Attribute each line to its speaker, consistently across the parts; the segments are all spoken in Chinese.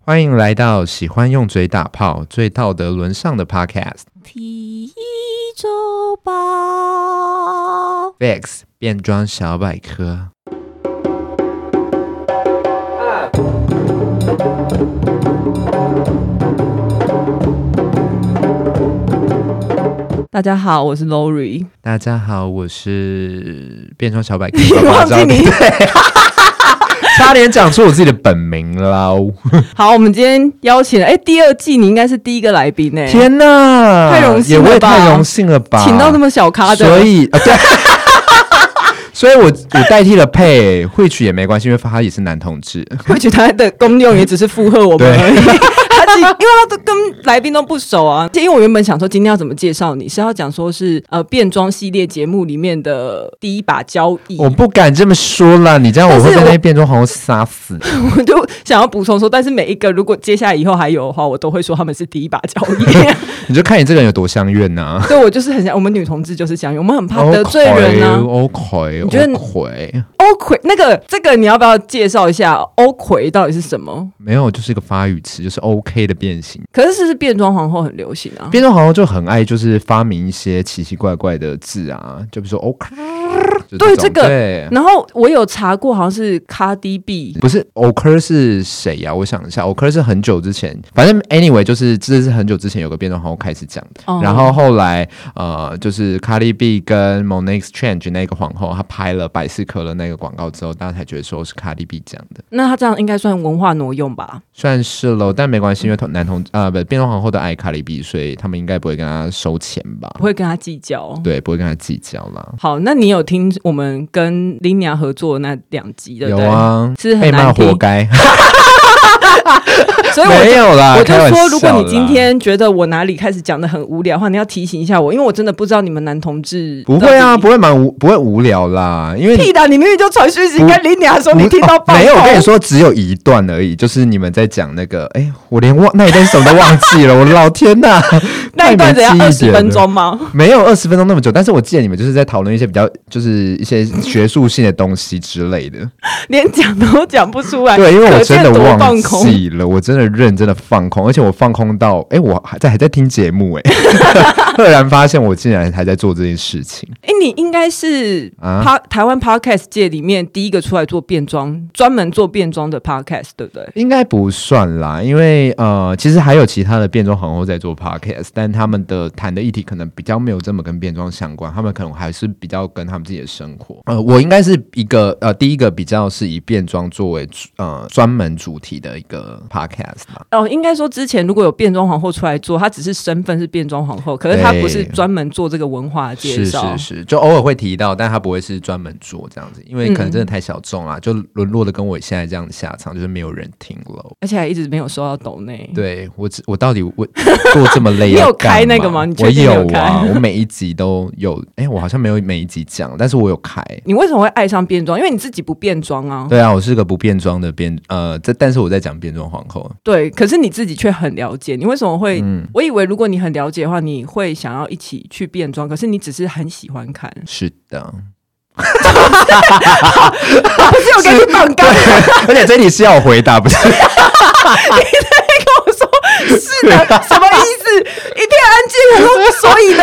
Speaker 1: 欢迎来到喜欢用嘴打炮、最道德沦丧的 Podcast。
Speaker 2: 皮周报，
Speaker 1: Vex 变装小百科。
Speaker 2: 大家好，我是 Lori。
Speaker 1: 大家好，我是变装小百 科。
Speaker 2: 忘记你
Speaker 1: 差点讲出我自己的本名喽！
Speaker 2: 好，我们今天邀请了，哎、第二季你应该是第一个来宾哎、
Speaker 1: 天哪，
Speaker 2: 太荣
Speaker 1: 也
Speaker 2: 幸了吧
Speaker 1: 我也太荣幸了吧？
Speaker 2: 请到这么小咖的，
Speaker 1: 所以 啊，对。所以我我代替了配，会取也没关系，因为他也是男同 志。
Speaker 2: 会觉得他的功用也只是附和我们
Speaker 1: 对
Speaker 2: 而已。 他其因为他都跟来宾都不熟啊，因为我原本想说今天要怎么介绍你，是要讲说是呃变装系列节目里面的第一把交椅，
Speaker 1: 我不敢这么说啦，你这样我
Speaker 2: 但是
Speaker 1: 会被
Speaker 2: 我
Speaker 1: 那变装皇后杀死。
Speaker 2: 我就想要补充说，但是每一个如果接下来以后还有的话，我都会说他们是第一把交椅。
Speaker 1: 你就看你这个人有多相怨呐、啊。
Speaker 2: 对我就是很想，我们女同志就是想，我们很怕
Speaker 1: 哦
Speaker 2: 得罪人呢、啊。
Speaker 1: OK，
Speaker 2: 你觉得
Speaker 1: OK？
Speaker 2: 欧葵那个这个你要不要介绍一下欧葵到底是什么？
Speaker 1: 没有，就是一个发语词，就是 OK 的变形。
Speaker 2: 可是是不是变装皇后很流行啊？
Speaker 1: 变装皇后就很爱就是发明一些奇奇怪怪的字啊，就比如说 OK，就
Speaker 2: 对
Speaker 1: 种
Speaker 2: 这个
Speaker 1: 对。
Speaker 2: 然后我有查过，好像是 Cardi B，
Speaker 1: 不是 OK 是谁啊呀、我想一下，OK 是很久之前，反正 anyway 就是这是很久之前有个变装皇后开始讲的，
Speaker 2: 哦
Speaker 1: 然后后来呃就是卡 a 比跟 Monique Change 那个皇后，她拍了百事可乐那个广告之后，大家才觉得说是卡 a 比讲的。
Speaker 2: 那他这样应该算文化挪用吧？
Speaker 1: 算是喽，但没关系，因为同男同啊不变装皇后的爱卡里比，所以他们应该不会跟他收钱吧？
Speaker 2: 不会跟他计较。
Speaker 1: 对，不会跟他计较啦。
Speaker 2: 好，那你有听我们跟 Lina 合作那两集对不
Speaker 1: 有
Speaker 2: 对？
Speaker 1: 啊，
Speaker 2: 是很
Speaker 1: 被骂
Speaker 2: 难听
Speaker 1: 活，该，
Speaker 2: 所以哎我
Speaker 1: 没有啦，
Speaker 2: 我就
Speaker 1: 开玩笑啦
Speaker 2: 说，如果你今天觉得我哪里开始讲的很无聊的话，你要提醒一下我，因为我真的不知道你们男同志
Speaker 1: 不会啊，
Speaker 2: 到底
Speaker 1: 不会蛮无，不会无聊啦，因哎为你
Speaker 2: 屁的，你明明就传讯息
Speaker 1: 不
Speaker 2: 跟林雅说
Speaker 1: 我
Speaker 2: 你听到
Speaker 1: 哦
Speaker 2: 爆、
Speaker 1: 没有？我跟你，说，只有一段而已，就是你们在讲那个，哎，我连忘那一段是什么都忘记了，我的老天呐，
Speaker 2: 那一段怎样
Speaker 1: 太
Speaker 2: 二
Speaker 1: 没记忆
Speaker 2: 十
Speaker 1: 点
Speaker 2: 分
Speaker 1: 了
Speaker 2: 钟吗？
Speaker 1: 没有二十分钟那么久，但是我记得你们就是在讨论一些比较就是一些学术性的东西之类的。
Speaker 2: 连讲都讲不出来，
Speaker 1: 对，因为我
Speaker 2: 可
Speaker 1: 真
Speaker 2: 见
Speaker 1: 的
Speaker 2: 多
Speaker 1: 忘
Speaker 2: 放空。
Speaker 1: 记了，我真的认真的放空，而且我放空到，哎、我还在还在听节 目、哎，赫然发现我竟然还在做这件事情。
Speaker 2: 哎、你应该是
Speaker 1: 啊
Speaker 2: p 台湾 podcast 界里面第一个出来做变装，专门做变装的 podcast，对不对？
Speaker 1: 应该不算啦，因为呃，其实还有其他的变装皇后在做 podcast，但他们的谈的议题可能比较没有这么跟变装相关，他们可能还是比较跟他们自己的生活。呃，我应该是一个呃，第一个比较是以变装作为主呃专门主题的一个 podcast 吧。
Speaker 2: 哦，应该说之前如果有变装皇后出来做，她只是身份是变装皇后，可是她不是
Speaker 1: 对
Speaker 2: 专门做这个文化的介
Speaker 1: 是
Speaker 2: 绍。
Speaker 1: 是是，就偶尔会提到，但他不会是专门做这样子，因为可能真的太小众啊
Speaker 2: 嗯
Speaker 1: 啦，就沦落的跟我现在这样的下场，就是没有人听 了。
Speaker 2: 而且还一直没有收到抖内。
Speaker 1: 对我只，我到底我做这么累
Speaker 2: 你
Speaker 1: 要
Speaker 2: 有
Speaker 1: 干嘛？
Speaker 2: 开那个吗你
Speaker 1: 我
Speaker 2: 确定
Speaker 1: 有
Speaker 2: 有开
Speaker 1: 啊，我每一集都有。哎、我好像没有每一集讲，但是我有开。
Speaker 2: 你为什么会爱上变装？因为你自己不变装啊。
Speaker 1: 对啊，我是个不变装的变呃，这但是我在讲变装皇后，
Speaker 2: 对，可是你自己却很了解，你为什么会？
Speaker 1: 嗯
Speaker 2: 我以为如果你很了解的话，你会想要一起去变装，可是你只是很喜欢 看。
Speaker 1: 是 的。
Speaker 2: 不是我跟你绑刚，
Speaker 1: 而且这里是要我回答，不是？
Speaker 2: 我说是的，什么意思？一片安静，我说所以呢？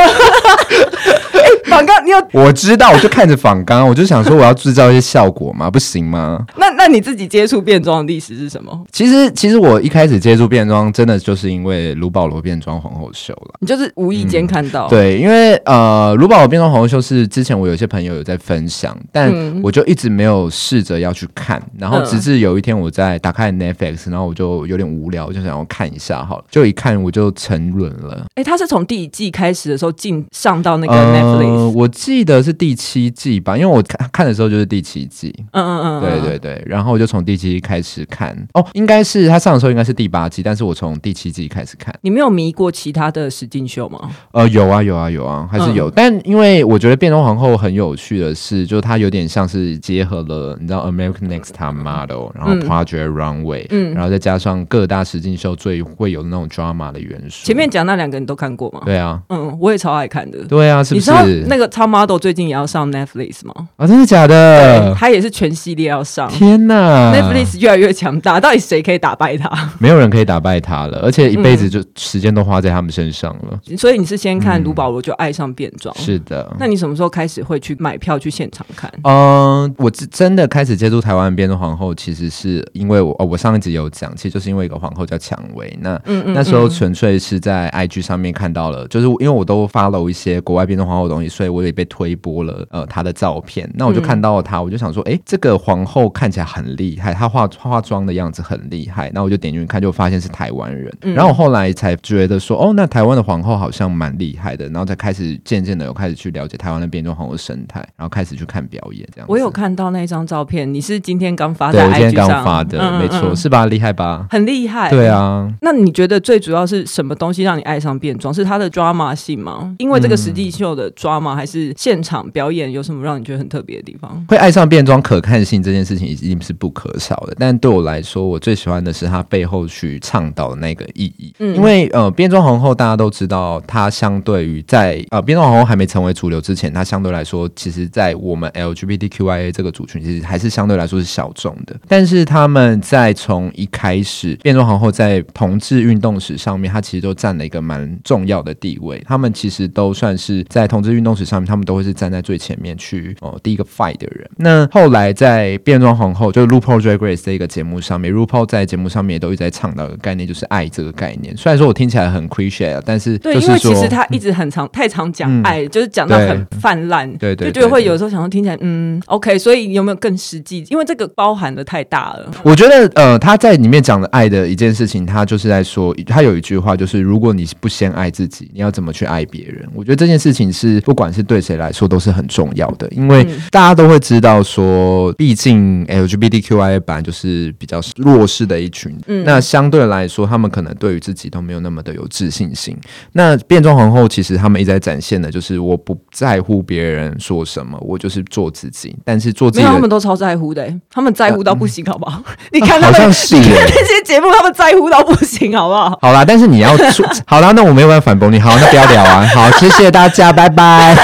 Speaker 2: 哎，绑刚，你有
Speaker 1: 我知道，我就看着仿纲，我就想说我要制造一些效果嘛，不行吗？
Speaker 2: 那那你自己接触变装的历史是什么？
Speaker 1: 其实，其实我一开始接触变装，真的就是因为卢保罗变装皇后秀了。
Speaker 2: 你就是无意间看到，
Speaker 1: 嗯对，因为呃，卢保罗变装皇后秀是之前我有一些朋友有在分享，但
Speaker 2: 嗯
Speaker 1: 我就一直没有试着要去看。然后
Speaker 2: 嗯
Speaker 1: 直至有一天我在打开 Netflix，然后我就有点无聊，我就想要看一下好了，就一看我就沉沦了。
Speaker 2: 哎，他是从第一季开始的时候进上到那个
Speaker 1: 呃，
Speaker 2: Netflix，嗯
Speaker 1: 我记得是第七季吧，因为我看看的时候就是第七季。
Speaker 2: 嗯嗯嗯，嗯
Speaker 1: 对对。对，然后我就从第七季开始看哦，应该是他上的时候应该是第八季，但是我从第七季开始看。
Speaker 2: 你没有迷过其他的实境秀吗？
Speaker 1: 呃，有啊，有啊，有啊，还是
Speaker 2: 嗯
Speaker 1: 有。但因为我觉得变装皇后很有趣的是，就是它有点像是结合了你知道 American Next Top Model，然后
Speaker 2: 嗯
Speaker 1: Project Runway，、
Speaker 2: 嗯
Speaker 1: 然后再加上各大实境秀最会有那种 drama 的元素。
Speaker 2: 前面讲那两个你都看过吗？
Speaker 1: 对啊，
Speaker 2: 嗯，我也超爱看的。
Speaker 1: 对啊，是
Speaker 2: 你
Speaker 1: 不
Speaker 2: 知道
Speaker 1: 是？
Speaker 2: 那个 Top Model 最近也要上 Netflix 吗？
Speaker 1: 啊，真的假的
Speaker 2: 对，？他也是全系列要上。
Speaker 1: 天啊哪
Speaker 2: Netflix 越来越强大，到底谁可以打败他？
Speaker 1: 没有人可以打败他了，而且一
Speaker 2: 嗯
Speaker 1: 辈子就时间都花在他们身上了。
Speaker 2: 所以你是先看卢保罗就爱上变装，
Speaker 1: 嗯是的。
Speaker 2: 那你什么时候开始会去买票去现场看？
Speaker 1: 嗯，我真真的开始接触台湾变装皇后，其实是因为我哦，我上一集有讲，其实就是因为一个皇后叫蔷薇。那
Speaker 2: 嗯嗯，
Speaker 1: 那时候
Speaker 2: 嗯
Speaker 1: 纯粹是在 IG 上面看到了，就是因为我都 follow 一些国外变装皇后的东西，所以我也被推播了呃她的照片。那
Speaker 2: 嗯
Speaker 1: 我就看到她，我就想说，诶，这个皇后看起来很厉害，她化化妆的样子很厉害。那我就点进去看，就发现是台湾人。
Speaker 2: 嗯
Speaker 1: 然后我后来才觉得说，哦，那台湾的皇后好像蛮厉害的。然后才开始渐渐的有开始去了解台湾的变装皇后生态，然后开始去看表演这样子。
Speaker 2: 我有看到那张照片，你是今天刚发
Speaker 1: 对，
Speaker 2: 在
Speaker 1: 我今天
Speaker 2: IG
Speaker 1: 刚
Speaker 2: 上，
Speaker 1: 发的，
Speaker 2: 嗯
Speaker 1: 没错，
Speaker 2: 嗯哎
Speaker 1: 是吧？厉害吧？
Speaker 2: 很厉害。
Speaker 1: 对。啊，
Speaker 2: 那你觉得最主要是什么东西让你爱上变装？是它的 drama 性吗？因为
Speaker 1: 嗯
Speaker 2: 这个实际秀的 drama 还是现场表演有什么让你觉得很特别的地方？
Speaker 1: 会爱上变装可看性这件事情已经是不可少的，但对我来说，我最喜欢的是它背后去倡导的那个意义。
Speaker 2: 嗯
Speaker 1: 因为呃，变装皇后大家都知道，它相对于在呃变装皇后还没成为主流之前，它相对来说，其实在我们 LGBTQIA 这个族群，其实还是相对来说是小众的。但是他们在从一开始，变装皇后在同志运动史上面，它其实都占了一个蛮重要的地位。他们其实都算是在同志运动史上面，他们都会是站在最前面去哦、呃第一个 fight 的人。那后来在变装皇后，就是 RuPaul Drag Race 这个节目上面，RuPaul 在节目上面也都一直在倡导一个概念，就是爱这个概念。虽然说我听起来很 cliche，啊但是
Speaker 2: 对，
Speaker 1: 就
Speaker 2: 因
Speaker 1: 是
Speaker 2: 为其
Speaker 1: 说
Speaker 2: 实。他一直很常、太常讲
Speaker 1: 嗯
Speaker 2: 爱，就是讲到
Speaker 1: 对
Speaker 2: 很泛滥，
Speaker 1: 对对
Speaker 2: 就觉得
Speaker 1: 对
Speaker 2: 会
Speaker 1: 对
Speaker 2: 有时候想要听起来，嗯，OK，所以有没有更实际？因为这个包含的太大了，
Speaker 1: 我觉得，呃，他在里面讲的爱的一件事情，他就是在说，他有一句话就是，如果你不先爱自己，你要怎么去爱别人？我觉得这件事情是不管是对谁来说都是很重要的，因为
Speaker 2: 嗯
Speaker 1: 大家都会知道说，毕竟 LGBTQI 版就是比较弱势的一群，
Speaker 2: 嗯
Speaker 1: 那相对来说，他们可能对于自己都没有那么的有自信心。那变装皇后其实他们一直在展现的就是，我不在乎别人说什么，我就是做自己，但是做自
Speaker 2: 没
Speaker 1: 己的呃
Speaker 2: 有，
Speaker 1: 嗯
Speaker 2: 他们都超在乎的、欸他们在乎到不行，好不好？ 你看他
Speaker 1: 好
Speaker 2: 们、
Speaker 1: 像是耶。
Speaker 2: 那些节目，他们在乎到不行，好 不好？
Speaker 1: 好啦，但是你要出好啦，那我没有办法反驳你。好，那不要聊啊。好，谢谢大家，拜拜。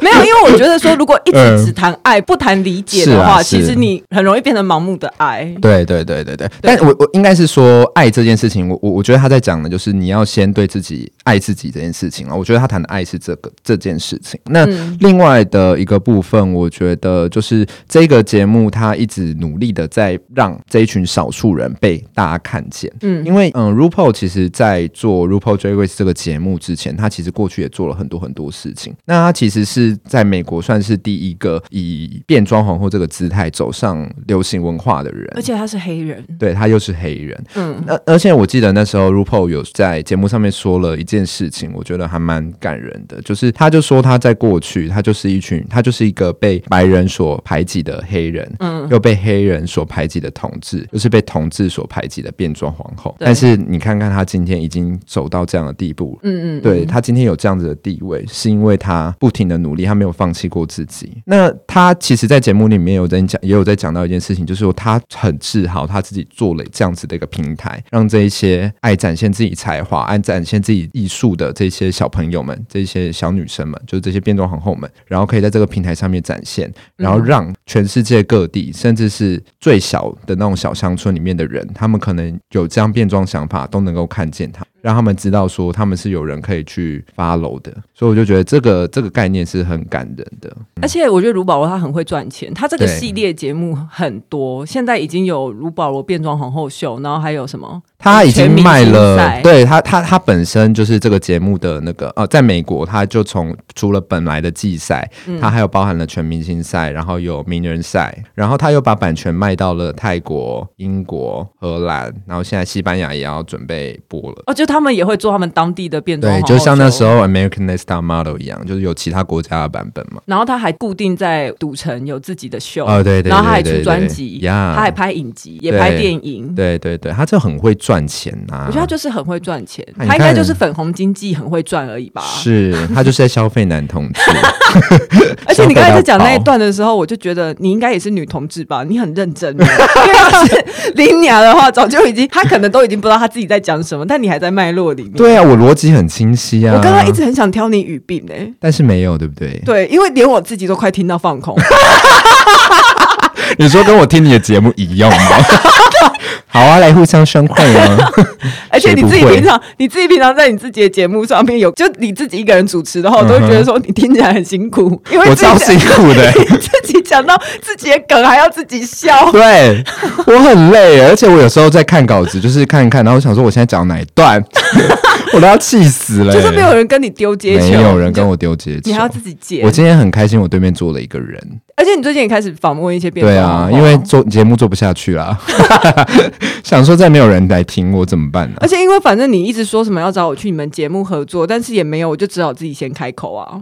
Speaker 2: 没有，因为我觉得说，如果一直只谈爱，不谈理解的
Speaker 1: 是
Speaker 2: 话，
Speaker 1: 啊是
Speaker 2: 其实你很容易变成盲目的爱。
Speaker 1: 对对对对对，但我我应该是说爱这件事情，我我我觉得他在讲的就是你要先对自己爱自己这件事情啊。我觉得他谈的爱是这个这件事情。那
Speaker 2: 嗯
Speaker 1: 另外的一个部分，我觉得就是这个节目他一直努力的在让这一群少数人被大家看见。
Speaker 2: 嗯
Speaker 1: 因为嗯，RuPaul 其实在做 RuPaul Drag Race 这个节目之前，他其实过去也做了很多很多事情。那他其实是在美国算是第一个以变装皇后这个姿态走上流行文化的人，
Speaker 2: 而且他是黑人，
Speaker 1: 对他又是黑人。
Speaker 2: 嗯，
Speaker 1: 那而且我记得那时候 RuPaul 有在节目上面说了一件事情，我觉得还蛮感人的，就是他就说他在过去，他就是一群，他就是一个被白人所排挤的黑人，嗯，又被黑人所排挤的同志，就是被同志所排挤的变装皇后。
Speaker 2: 对
Speaker 1: 但是你看看他今天已经走到这样的地步，
Speaker 2: 嗯嗯，
Speaker 1: 对他今天有这样子的地位，是因为他不停的努力，他没有放弃过自己。那他其实，在节目里面有在讲，也有在讲到一件事情，就是说他很自豪他自己做了这样子的一个平台，让这一些爱展现自己才华、爱展现自己艺术的这些小朋友们、这些小女生们，就是这些变装皇后们，然后可以在这个平台上面展现，然后让全世界各地，甚至是最小的那种小乡村里面的人，他们可能有这样变装想法，都能够看见他。让他们知道说他们是有人可以去 follow 的，所以我就觉得这个这个概念是很感人的。
Speaker 2: 而且我觉得卢保罗他很会赚钱，他这
Speaker 1: 嗯
Speaker 2: 个
Speaker 1: 对
Speaker 2: 系列节目很多，现在已经有卢保罗变装皇后秀，然后还有什么？
Speaker 1: 他已经卖
Speaker 2: 全明星
Speaker 1: 了
Speaker 2: 赛，
Speaker 1: 对他他他本身就是这个节目的那个呃，在美国他就从除了本来的季赛，
Speaker 2: 嗯
Speaker 1: 他还有包含了全明星赛，然后有名人赛，然后他又把版权卖到了泰国、英国、荷兰，然后现在西班牙也要准备播了。
Speaker 2: 哦，就他们也会做他们当地的变装
Speaker 1: 对
Speaker 2: 皇，后
Speaker 1: 就像那时候
Speaker 2: 秀。
Speaker 1: American Next Top Model 一样，就是有其他国家的版本嘛。
Speaker 2: 然后他还固定在赌城有自己的秀，
Speaker 1: 哦对对对
Speaker 2: 然后他还
Speaker 1: 对
Speaker 2: 出
Speaker 1: 对
Speaker 2: 专辑，
Speaker 1: 呀
Speaker 2: 他还拍影集，也
Speaker 1: 对
Speaker 2: 拍电影，
Speaker 1: 对对对，他就很会赚钱啊。
Speaker 2: 我觉得他就是很会赚钱，
Speaker 1: 啊你
Speaker 2: 他应该
Speaker 1: 看
Speaker 2: 就是粉红经济很会赚而已吧。
Speaker 1: 是他就是在消费男同志，
Speaker 2: 而且你刚才在讲那
Speaker 1: 消费到
Speaker 2: 一
Speaker 1: 爆
Speaker 2: 段的时候，我就觉得你应该也是女同志吧？你很认真，因为要是林娘的话，早就已经她可能都已经不知道她自己在讲什么，但你还在脉络里面。
Speaker 1: 对啊，我逻辑很清晰啊。
Speaker 2: 我刚刚一直很想挑你语病哎、
Speaker 1: 但是没有，对不对？
Speaker 2: 对，因为连我自己都快听到 放空。
Speaker 1: 你说跟我听你的节目一样 吗？好啊，来互相伤害啊！
Speaker 2: 而且你自己
Speaker 1: 谁不会
Speaker 2: 平常，你自己平常在你自己的节目上面有，就你自己一个人主持的话，我都会觉得说你听起来很辛苦， 因为
Speaker 1: 嗯我
Speaker 2: 自己
Speaker 1: 超
Speaker 2: 讲
Speaker 1: 辛苦的、
Speaker 2: 你 自己讲到自己的梗还要自己笑。
Speaker 1: 对我很累，而且我有时候在看稿子，就是看一看，然后想说我现在讲哪一 段，我都要气死了、
Speaker 2: 就是没有人跟你丢接球，
Speaker 1: 没有人跟我丢接球
Speaker 2: 你还要自己接
Speaker 1: 我。今天很开心，我对面坐了一个人。
Speaker 2: 而且你最近也开始访问一些变
Speaker 1: 对啊，因为做节目做不下去 啦，想说再没有人来听我怎么办呢、啊
Speaker 2: 而且因为反正你一直说什么要找我去你们节目合作，但是也没有，我就只好自己先开口啊。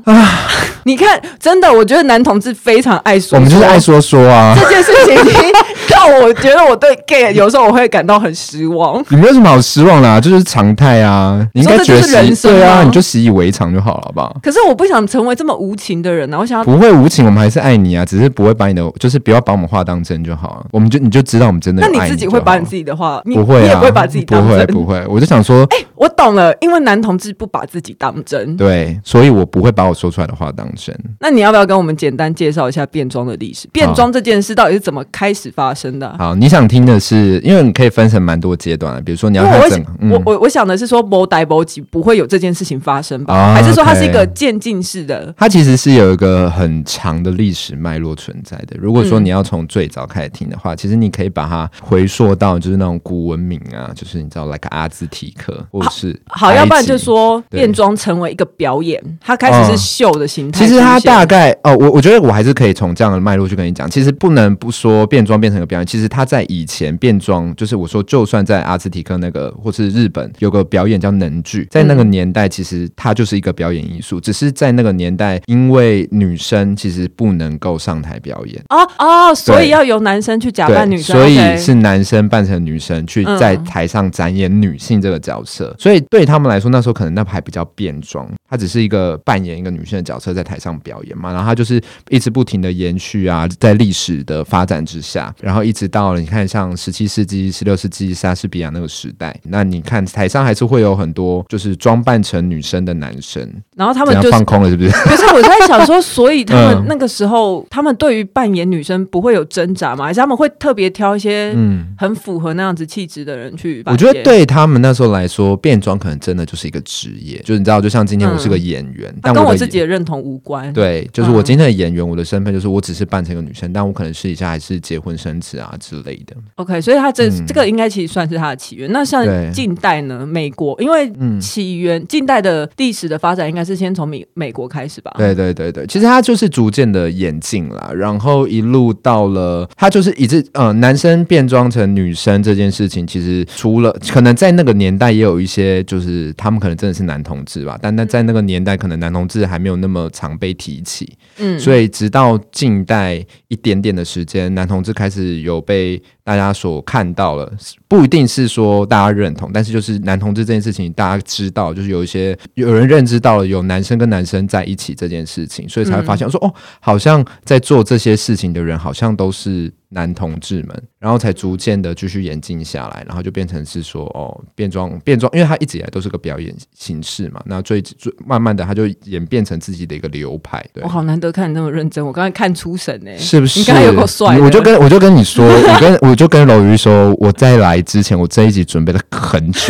Speaker 2: 你看，真的，我觉得男同志非常爱说，
Speaker 1: 我们就是爱。说说啊，
Speaker 2: 这件事情已经让我觉得我对 gay 有时候我会感到很失望。
Speaker 1: 你没有什么好失望啦、就是常态啊。你应该觉得
Speaker 2: 说这就是人
Speaker 1: 习
Speaker 2: 生啊
Speaker 1: 对啊，你就习以为常就好了，好不好？
Speaker 2: 可是我不想成为这么无情的人啊！我想要，
Speaker 1: 不会无情，我们还是爱你啊，只是不会把你的，就是不要把我们话当真就好了。啊我们就你就知道我们真的
Speaker 2: 那
Speaker 1: 有
Speaker 2: 你
Speaker 1: 爱
Speaker 2: 自己
Speaker 1: 就
Speaker 2: 会把
Speaker 1: 好
Speaker 2: 你自己的话，你
Speaker 1: 不会啊，
Speaker 2: 你也不会把自己当
Speaker 1: 不
Speaker 2: 真哎
Speaker 1: 会。不会，我就想说，
Speaker 2: 我懂了，因为男同志不把自己当真。
Speaker 1: 对，所以我不会把我说出来的话当真。
Speaker 2: 那你要不要跟我们简单介绍一下变装的历史？变装这件事到底是怎么开始发生的啊、
Speaker 1: 好，你想听的是，因为你可以分成蛮多阶段的，啊比如说你
Speaker 2: 因
Speaker 1: 要
Speaker 2: 为我
Speaker 1: 看
Speaker 2: 会
Speaker 1: 整
Speaker 2: 想
Speaker 1: 个，嗯
Speaker 2: 我我我想的是说，某代某级不会有这件事情发生吧？
Speaker 1: 啊
Speaker 2: 还是说它是一
Speaker 1: OK
Speaker 2: 个渐进式的？
Speaker 1: 它其实是有一个很长的历史脉络存在的。如果说
Speaker 2: 嗯
Speaker 1: 你要从最早开始听的话，其实你可以把它回溯到就是那种古文明啊，就是你知道，like 阿兹提克或者是
Speaker 2: 好，
Speaker 1: 埃
Speaker 2: 要不然
Speaker 1: 及
Speaker 2: 就说
Speaker 1: 对哦
Speaker 2: 变装成为一个表演，它开始是秀的形态
Speaker 1: 其
Speaker 2: 出现。
Speaker 1: 实它大概哦，我我觉得我还是可以从这样的脉络去跟你讲。其实不能不说变装变成一个表演。其实它在以前变装，就是我说，就算在阿兹提克那个或是日本有个表演叫能剧，在那个
Speaker 2: 嗯
Speaker 1: 年代，其实它就是一个表演艺术。只是在那个年代，因为女生其实不能够上台表演，
Speaker 2: 哦哦，所以
Speaker 1: 对
Speaker 2: 要由男生去假
Speaker 1: 对，
Speaker 2: 扮女生，
Speaker 1: 所以
Speaker 2: OK
Speaker 1: 是男生扮成女生去在
Speaker 2: 嗯
Speaker 1: 台上展演女性这个角色，所以对他们来说，那时候可能那还比较变装，他只是一个扮演一个女性的角色在台上表演嘛，然后他就是一直不停的延续啊，在历史的发展之下，然后一直到了你看像十七世纪、十六世纪莎士比亚那个时代，那你看台上还是会有很多就是装扮成女生的男生，
Speaker 2: 然后他
Speaker 1: 这
Speaker 2: 们
Speaker 1: 样
Speaker 2: 就是
Speaker 1: 放空了是不是？
Speaker 2: 可是 我在想说，所以他
Speaker 1: 嗯
Speaker 2: 们那个时候，他们对于扮演女生不会有挣扎吗？还是他们会特别挑一些
Speaker 1: 嗯
Speaker 2: 很符合那样子气质的人去扮
Speaker 1: 我觉
Speaker 2: 演？
Speaker 1: 得对他们那时候来说，变装可能真的就是一个职业，就是你知道，就像今天我是个演员，
Speaker 2: 它
Speaker 1: 但
Speaker 2: 啊跟
Speaker 1: 我
Speaker 2: 我
Speaker 1: 的
Speaker 2: 自己
Speaker 1: 演
Speaker 2: 的认同无关。，
Speaker 1: 对，就是我
Speaker 2: 嗯
Speaker 1: 今天的演员，我的身份就是我只是扮成一个女生，但我可能私底下还是结婚生子啊之类的。
Speaker 2: OK，所以它这、
Speaker 1: 嗯
Speaker 2: 这个应该其实算是它的起源。那像
Speaker 1: 对
Speaker 2: 近代呢，美国因为
Speaker 1: 嗯，
Speaker 2: 起源近代的历史的发展，应该是先从美美国开始吧？
Speaker 1: 对对对对，其实他就是逐渐的演进啦，然后一路到了他就是一直呃，男生变装成女生这件事情，其实除了可能在那个年代也有一些，就是他们可能真的是男同志吧，但
Speaker 2: 嗯
Speaker 1: 那在那个年代可能男同志还没有那么常被提起，
Speaker 2: 嗯，
Speaker 1: 所以直到近代一点点的时间，男同志开始有被大家所看到了，不一定是说大家认同，但是就是男同志这件事情，大家知道，就是有一些有人认知到了有男生跟男生在一起这件事情，所以才会发现、说哦，好像在做这些事情的人好像都是男同志们，然后才逐渐的继续演进下来，然后就变成是说哦，变装变装，因为它一直以来都是个表演形式嘛，那最最慢慢的它就演变成自己的一个流派，对
Speaker 2: 我。好难得看你那么认真，我刚才看出神欸呢、
Speaker 1: 是不是？
Speaker 2: 你刚才有够帅的
Speaker 1: 我就跟我就跟你说，我跟我就跟楼瑜说，我在来之前，我这一集准备了很久。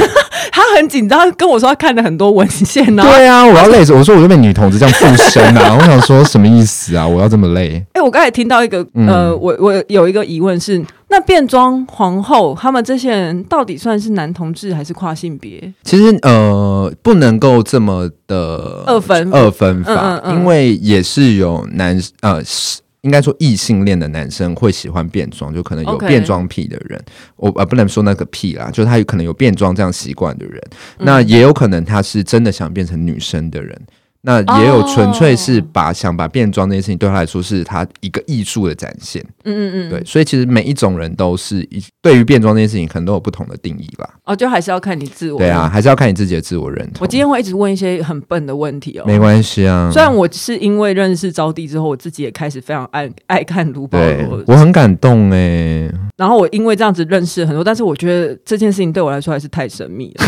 Speaker 2: 他很紧张，跟我说他看了很多文献呢、
Speaker 1: 对啊，我要累死。我说我就被女同志这样附身啊！我想说什么意思啊？我要这么累？
Speaker 2: 哎、我刚才听到一个，
Speaker 1: 嗯
Speaker 2: 呃，我我有一个疑问是，那变装皇后他们这些人到底算是男同志还是跨性别？
Speaker 1: 其实呃，不能够这么的
Speaker 2: 二分
Speaker 1: 呃二分法，
Speaker 2: 嗯嗯嗯
Speaker 1: 因为也是有男呃，是应该说异性恋的男生会喜欢变装，就可能有
Speaker 2: OK
Speaker 1: 变装癖的人。我呃不能说那个癖啦，就是
Speaker 2: 嗯
Speaker 1: 他有可能有变装这样习惯的人，那也有可能他是真的想变成女生的人。那也有纯粹是
Speaker 2: 哦
Speaker 1: 把、想把变装这件事情对他来说是他一个艺术的展现，
Speaker 2: 嗯嗯嗯，
Speaker 1: 对，，所以其实每一种人都是一对于变装这件事情可能都有不同的定义吧，
Speaker 2: 哦，就还是要看你自我。
Speaker 1: 对啊，，还是要看你自己的自我认同。
Speaker 2: 我今天会一直问一些很笨的问题哦。
Speaker 1: 没关系啊，
Speaker 2: 虽然我是因为认识招娣之后，我自己也开始非常爱爱看卢保
Speaker 1: 对
Speaker 2: 罗，
Speaker 1: 我很感动哎、
Speaker 2: 然后我因为这样子认识很多，但是我觉得这件事情对我来说还是太神秘 了。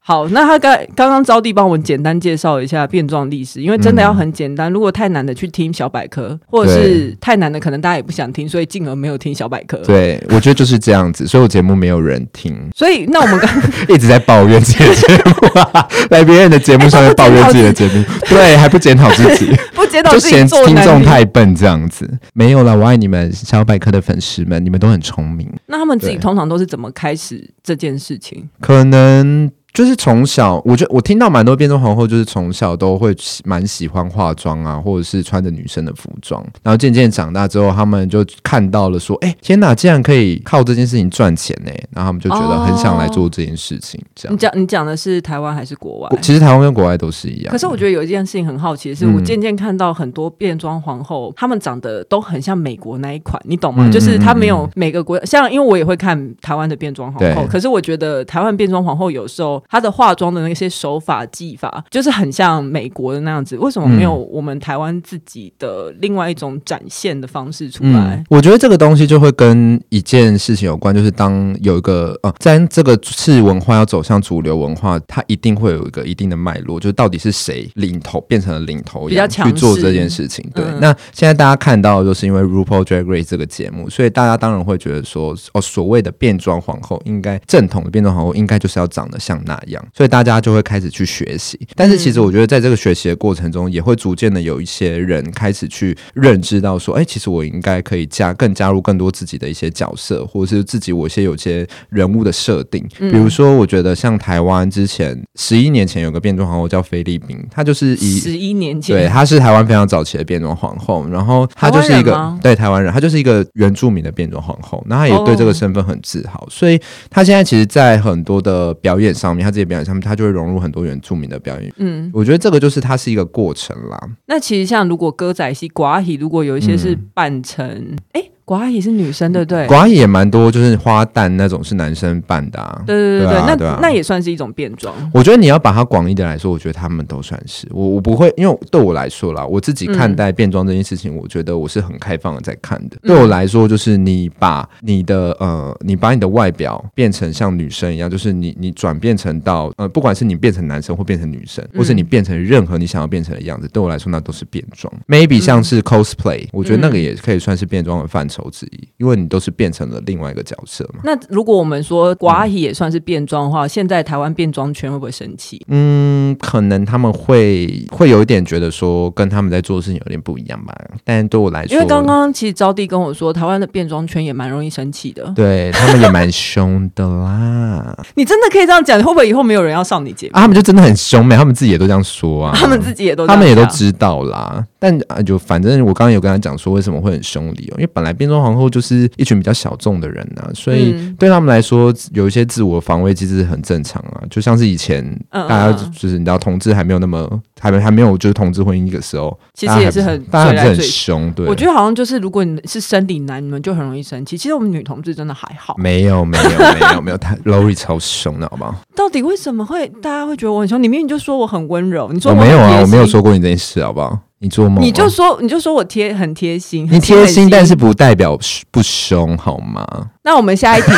Speaker 2: 好，那他刚刚刚招娣帮我们简单介绍一下变装历史，因为真的要很简单，如果太难的去听小百科，或者是太难的，可能大家也不想听，所以进而没有听小百科。
Speaker 1: 对我觉得就是这样子，所以我节目没有人听，
Speaker 2: 所以那我们刚
Speaker 1: 一直在抱怨自己的节目、 啊，来别人的节目上面抱怨自己的节 目，对，还不检讨自己。
Speaker 2: 不接 到
Speaker 1: 就
Speaker 2: 自己
Speaker 1: 嫌
Speaker 2: 做
Speaker 1: 听
Speaker 2: 男
Speaker 1: 众
Speaker 2: 女，
Speaker 1: 太笨这样子，没有啦，我爱你们小百科的粉丝们，你们都很聪明。
Speaker 2: 那他们自己
Speaker 1: 对
Speaker 2: 通常都是怎么开始这件事情？
Speaker 1: 可能就是从小，我觉得我听到蛮多变装皇后，就是从小都会喜蛮喜欢化妆啊，或者是穿着女生的服装，然后渐渐长大之后，他们就看到了说，哎、天哪，竟然可以靠这件事情赚钱呢、然后他们就觉得很想来做这件事情，这
Speaker 2: 你
Speaker 1: 样。
Speaker 2: 讲你讲的是台湾还是国外？
Speaker 1: 其实台湾跟国外都是一样，
Speaker 2: 哦可是我觉得有一件事情很好奇的是，
Speaker 1: 嗯
Speaker 2: 我渐渐看到很多变装皇后，她们长得都很像美国那一款，你懂吗？
Speaker 1: 嗯
Speaker 2: 就是她没有每个国像，因为我也会看台湾的变装皇后
Speaker 1: 对，
Speaker 2: 可是我觉得台湾变装皇后有时候她的化妆的那些手法技法，就是很像美国的那样子。为什么没有我们台湾自己的另外一种展现的方式出来？
Speaker 1: 嗯我觉得这个东西就会跟一件事情有关，就是当有一个呃，在这个次文化要走向主流文化，它一定会有一个一定的脉络，就是到底是谁领头变成了领头
Speaker 2: 比较
Speaker 1: 羊
Speaker 2: 强势
Speaker 1: 去做这件事情。对，
Speaker 2: 嗯
Speaker 1: 那现在大家看到，就是因为 RuPaul Drag Race 这个节目，所以大家当然会觉得说，哦，所谓的变装皇后应该正统的变装皇后应该就是要长得像那样，所以大家就会开始去学习。但是其
Speaker 2: 嗯
Speaker 1: 实我觉得，在这个学习的过程中，也会逐渐的有一些人开始去认知到说，哎、其实我应该可以加更加入更多自己的一些角色，或者是自己我一些有些人物的设定。比
Speaker 2: 嗯
Speaker 1: 如说，我觉得像台湾之前十一年前有个变装皇后叫菲律宾，她就是以
Speaker 2: 十一年
Speaker 1: 对，
Speaker 2: 前，
Speaker 1: 她是台湾非常早期的变装皇后，然后她就是一
Speaker 2: 台湾人
Speaker 1: 个
Speaker 2: 吗
Speaker 1: 对台湾人，她就是一个原住民的变装皇后，那她也对这
Speaker 2: 哦
Speaker 1: 个身份很自豪，所以她现在其实，在很多的表演上面，她自己的表演上面，她就会融入很多原住民的表演。
Speaker 2: 嗯，
Speaker 1: 我觉得这个就是它是一个过程啦，
Speaker 2: 那其实像如果歌仔戏、寡戏，如果有一些是
Speaker 1: 嗯
Speaker 2: 扮成，哎、寡戏是女生对不对？
Speaker 1: 寡也蛮多，就是花旦那种是男生扮的啊。
Speaker 2: 对对对
Speaker 1: 对啊
Speaker 2: 那
Speaker 1: 对啊
Speaker 2: 那也算是一种变装。
Speaker 1: 我觉得你要把它广义的来说，我觉得他们都算是我，我不会，因为对我来说啦，我自己看待变装这件事情，我觉得我是很开放的在看的。对我来说，就是你把你的呃，你把你的外表变成像女生一样，就是你你转变成到呃，不管是你变成男生或变成女生，
Speaker 2: 嗯
Speaker 1: 或是你变成任何你想要变成的样子，对我来说那都是变装。Maybe 像是 cosplay，、我觉得那个也可以算是变装的范畴之一，因为你都是变成了另外一个角色嘛。
Speaker 2: 那如果我们说寡戏也算是变装的话，现在台湾变装圈会不会生气？
Speaker 1: 嗯，可能他们会会有一点觉得说，跟他们在做的事情有点不一样吧。但对我来说，
Speaker 2: 因为刚刚其实招娣跟我说，台湾的变装圈也蛮容易生气的。
Speaker 1: 对他们也蛮凶的啦，
Speaker 2: 你真的可以这样讲，会不会以后没有人要上你节目？
Speaker 1: 啊，他们就真的很凶没？他们自己也都这样说啊，
Speaker 2: 他们自己也都这
Speaker 1: 他
Speaker 2: 样
Speaker 1: 们也都
Speaker 2: 讲
Speaker 1: 知道啦。但啊，就反正我刚刚有跟他讲说，为什么会很凶的理由，哦因为本来变装皇后就是一群比较小众的人呐、所以
Speaker 2: 嗯
Speaker 1: 对他们来说，有一些自我防卫机制很正常啊。就像是以前
Speaker 2: 嗯
Speaker 1: 大
Speaker 2: 嗯
Speaker 1: 家
Speaker 2: 嗯
Speaker 1: 就是你知道，同志还没有那么还没还没有就是同志婚姻的时候，
Speaker 2: 其实也是很
Speaker 1: 大家
Speaker 2: 嘴
Speaker 1: 还不
Speaker 2: 来
Speaker 1: 是很
Speaker 2: 嘴去。
Speaker 1: 凶，对。
Speaker 2: 我觉得好像就是，如果你是生理男，你们就很容易生气。其实我们女同志真的还好。
Speaker 1: 没有没有没有没有，他 Lori 超凶的好不好？
Speaker 2: 到底为什么会大家会觉得我很凶？你明明就说我很温柔，你说
Speaker 1: 我没
Speaker 2: 很
Speaker 1: 有啊，
Speaker 2: 贴
Speaker 1: 我没有
Speaker 2: 心，
Speaker 1: 说过你这件事好不好？你做梦啊、
Speaker 2: 你就说你就说我贴很贴心，
Speaker 1: 你
Speaker 2: 很
Speaker 1: 贴
Speaker 2: 很
Speaker 1: 心，但是不代表不凶好吗？
Speaker 2: 那我们 下一题。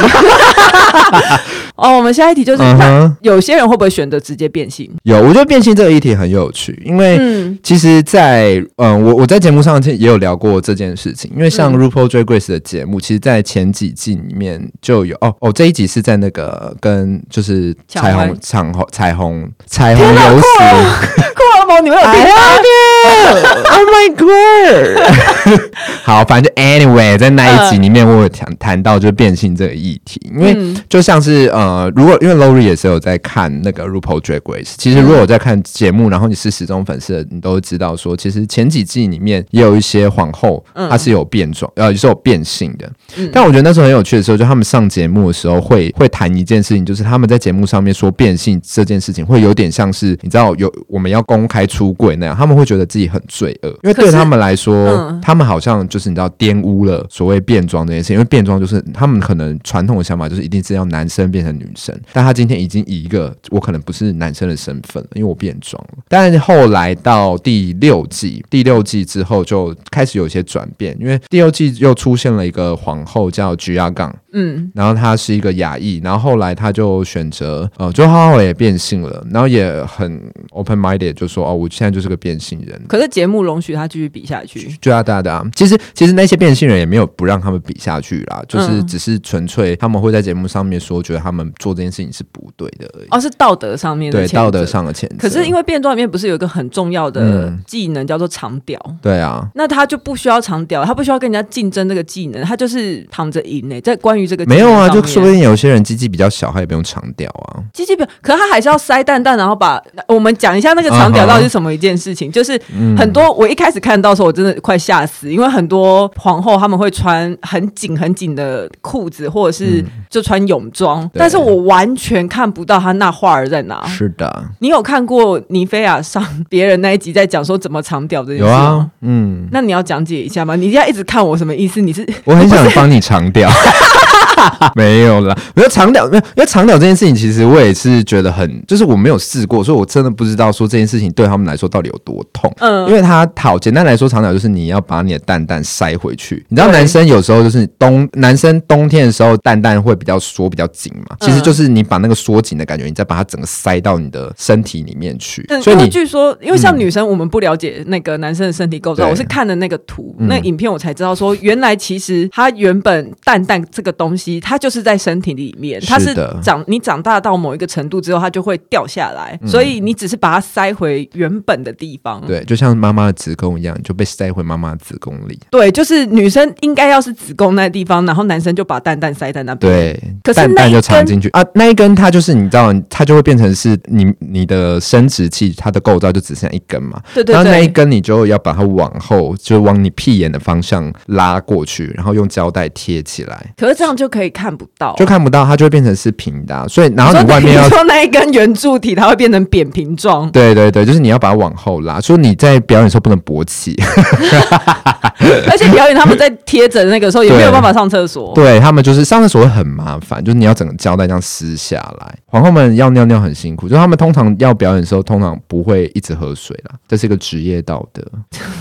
Speaker 2: 哦，我们下一题就是，
Speaker 1: 嗯
Speaker 2: 那
Speaker 1: 哼，
Speaker 2: 有些人会不会选择直接变性？
Speaker 1: 有，我觉得变性这个议题很有趣，因为。
Speaker 2: 嗯，
Speaker 1: 其实在，嗯，我我在节目上其实也有聊过这件事情，因为像
Speaker 2: 嗯
Speaker 1: RuPaul Drag Race 的节目，其实，在前几季里面就有哦哦，这一集是在那个跟就是
Speaker 2: 蔷
Speaker 1: 彩
Speaker 2: 薇
Speaker 1: 虹彩虹彩虹彩虹游行，
Speaker 2: 酷儿萌，你们有听
Speaker 1: 哎
Speaker 2: 到？
Speaker 1: 呀
Speaker 2: 哎
Speaker 1: Oh my god！好，反正就 anyway，在那一集里面，我有谈谈到就是变性这个议题，因为就像是呃，如果因为 Lori 也是有在看那个 RuPaul Drag Race，其实如果我在看节目，然后你是始终粉丝，的，你都知道说，其实前几季里面也有一些皇后，她是有变种，呃，是有变性的。但我觉得那时候很有趣的时候，就他们上节目的时候会会谈一件事情，就是他们在节目上面说变性这件事情，会有点像是你知道有我们要公开出柜那样，他们会觉得自己很罪恶，因为对他们来说，他们好像就是你知道玷污了所谓变装这件事情，因为变装就是他们可能传统的想法就是一定是要男生变成女生，但他今天已经以一个我可能不是男生的身份了，因为我变装了。但是后来到第六季，第六季之后就开始有一些转变，因为第六季又出现了一个皇后叫菊亚杠，
Speaker 2: 嗯，
Speaker 1: 然后他是一个亚裔，然后后来他就选择呃，就后来也变性了，然后也很 open minded，就说哦，我现在就是个变性人。
Speaker 2: 可是节目容许他继续比下去，
Speaker 1: 对啊，对啊，对啊。其实其实那些变性人也没有不让他们比下去啦，就是
Speaker 2: 嗯
Speaker 1: 只是纯粹他们会在节目上面说，觉得他们做这件事情是不对的而已。
Speaker 2: 哦，是道德上面的
Speaker 1: 对
Speaker 2: 谴责
Speaker 1: 道德。上的谴责。
Speaker 2: 可是因
Speaker 1: 为
Speaker 2: 为变装里面不是有一个很重要的
Speaker 1: 嗯
Speaker 2: 技能叫做长屌，
Speaker 1: 对啊，
Speaker 2: 那他就不需要长屌，他不需要跟人家竞争这个技能，他就是躺着赢欸诶。在关于这个技
Speaker 1: 没有啊，
Speaker 2: 能上
Speaker 1: 就
Speaker 2: 面
Speaker 1: 说不定有些人鸡鸡比较小，他也不用长屌啊。
Speaker 2: 鸡鸡表，可他还是要塞蛋蛋，然后把我们讲一下那个长屌到底是什么一件事情。就是
Speaker 1: 嗯
Speaker 2: 很多我一开始看到的时候，我真的快吓死，因为很多皇后她们会穿很紧很紧的裤子，或者是就穿泳装，
Speaker 1: 嗯对
Speaker 2: 但是我完全看不到她那花儿在哪。
Speaker 1: 是的，
Speaker 2: 你有看过尼菲亚上别人那一集在讲说怎么长屌这件
Speaker 1: 有
Speaker 2: 事吗？
Speaker 1: 啊，嗯，
Speaker 2: 那你要讲解一下吗？你要一直看我什么意思？你是
Speaker 1: 我很想帮你长 屌。没有啦，没有长屌，没有，因为长屌这件事情，其实我也是觉得很，就是我没有试过，所以我真的不知道说这件事情对他们来说到底有多痛。
Speaker 2: 嗯
Speaker 1: 因为它好，简单来说，长屌就是你要把你的蛋蛋塞回去。你知道
Speaker 2: 对
Speaker 1: 男生有时候就是冬，男生冬天的时候蛋蛋会比较缩、比较紧嘛，其实就是你把那个缩紧的感觉，你再把它整个塞到你的身体里面去
Speaker 2: 嗯，。
Speaker 1: 所以
Speaker 2: 因为
Speaker 1: 你嗯
Speaker 2: 据说，因为像女生，我们不了解那个男生的身体构造，
Speaker 1: 对
Speaker 2: 我是看了那个图、
Speaker 1: 嗯
Speaker 2: 那影片，我才知道说，原来其实它原本蛋蛋这个东西，它就是在身体里面，它
Speaker 1: 是
Speaker 2: 是
Speaker 1: 的
Speaker 2: 长你长大到某一个程度之后，它就会掉下来，所以你只是把它塞回原本的地方。
Speaker 1: 嗯对，就像妈妈的子宫一样，你就被塞回妈妈的子宫里。
Speaker 2: 对，就是女生应该要是子宫那地方，然后男生就把蛋蛋塞在那边。
Speaker 1: 对，
Speaker 2: 可是
Speaker 1: 蛋
Speaker 2: 那
Speaker 1: 蛋
Speaker 2: 一
Speaker 1: 就藏
Speaker 2: 根
Speaker 1: 进去啊，那一根它就是你知道，它就会变成是你你的生殖器，它的构造就只剩下一根嘛。
Speaker 2: 对对
Speaker 1: 然后那一
Speaker 2: 对，
Speaker 1: 根你就要把它往后，就往你屁眼的方向拉过去，然后用胶带贴起来，
Speaker 2: 可是这样就可以看不到。
Speaker 1: 就看不到，它就会变成是平的啊、所以，然后
Speaker 2: 说
Speaker 1: 你外面要
Speaker 2: 你，说那一根圆柱体，它会变成扁平状。
Speaker 1: 对对对，就是你要把它往后拉。所以你在表演的时候不能勃起，
Speaker 2: 而且表演他们在贴着那个时候也没有办法上厕所。
Speaker 1: 对他们就是上厕所会很麻烦，就是你要整个胶带这样撕下来。皇后们要尿尿很辛苦，就是他们通常要表演的时候，通常不会一直喝水啦，这是一个职业道德。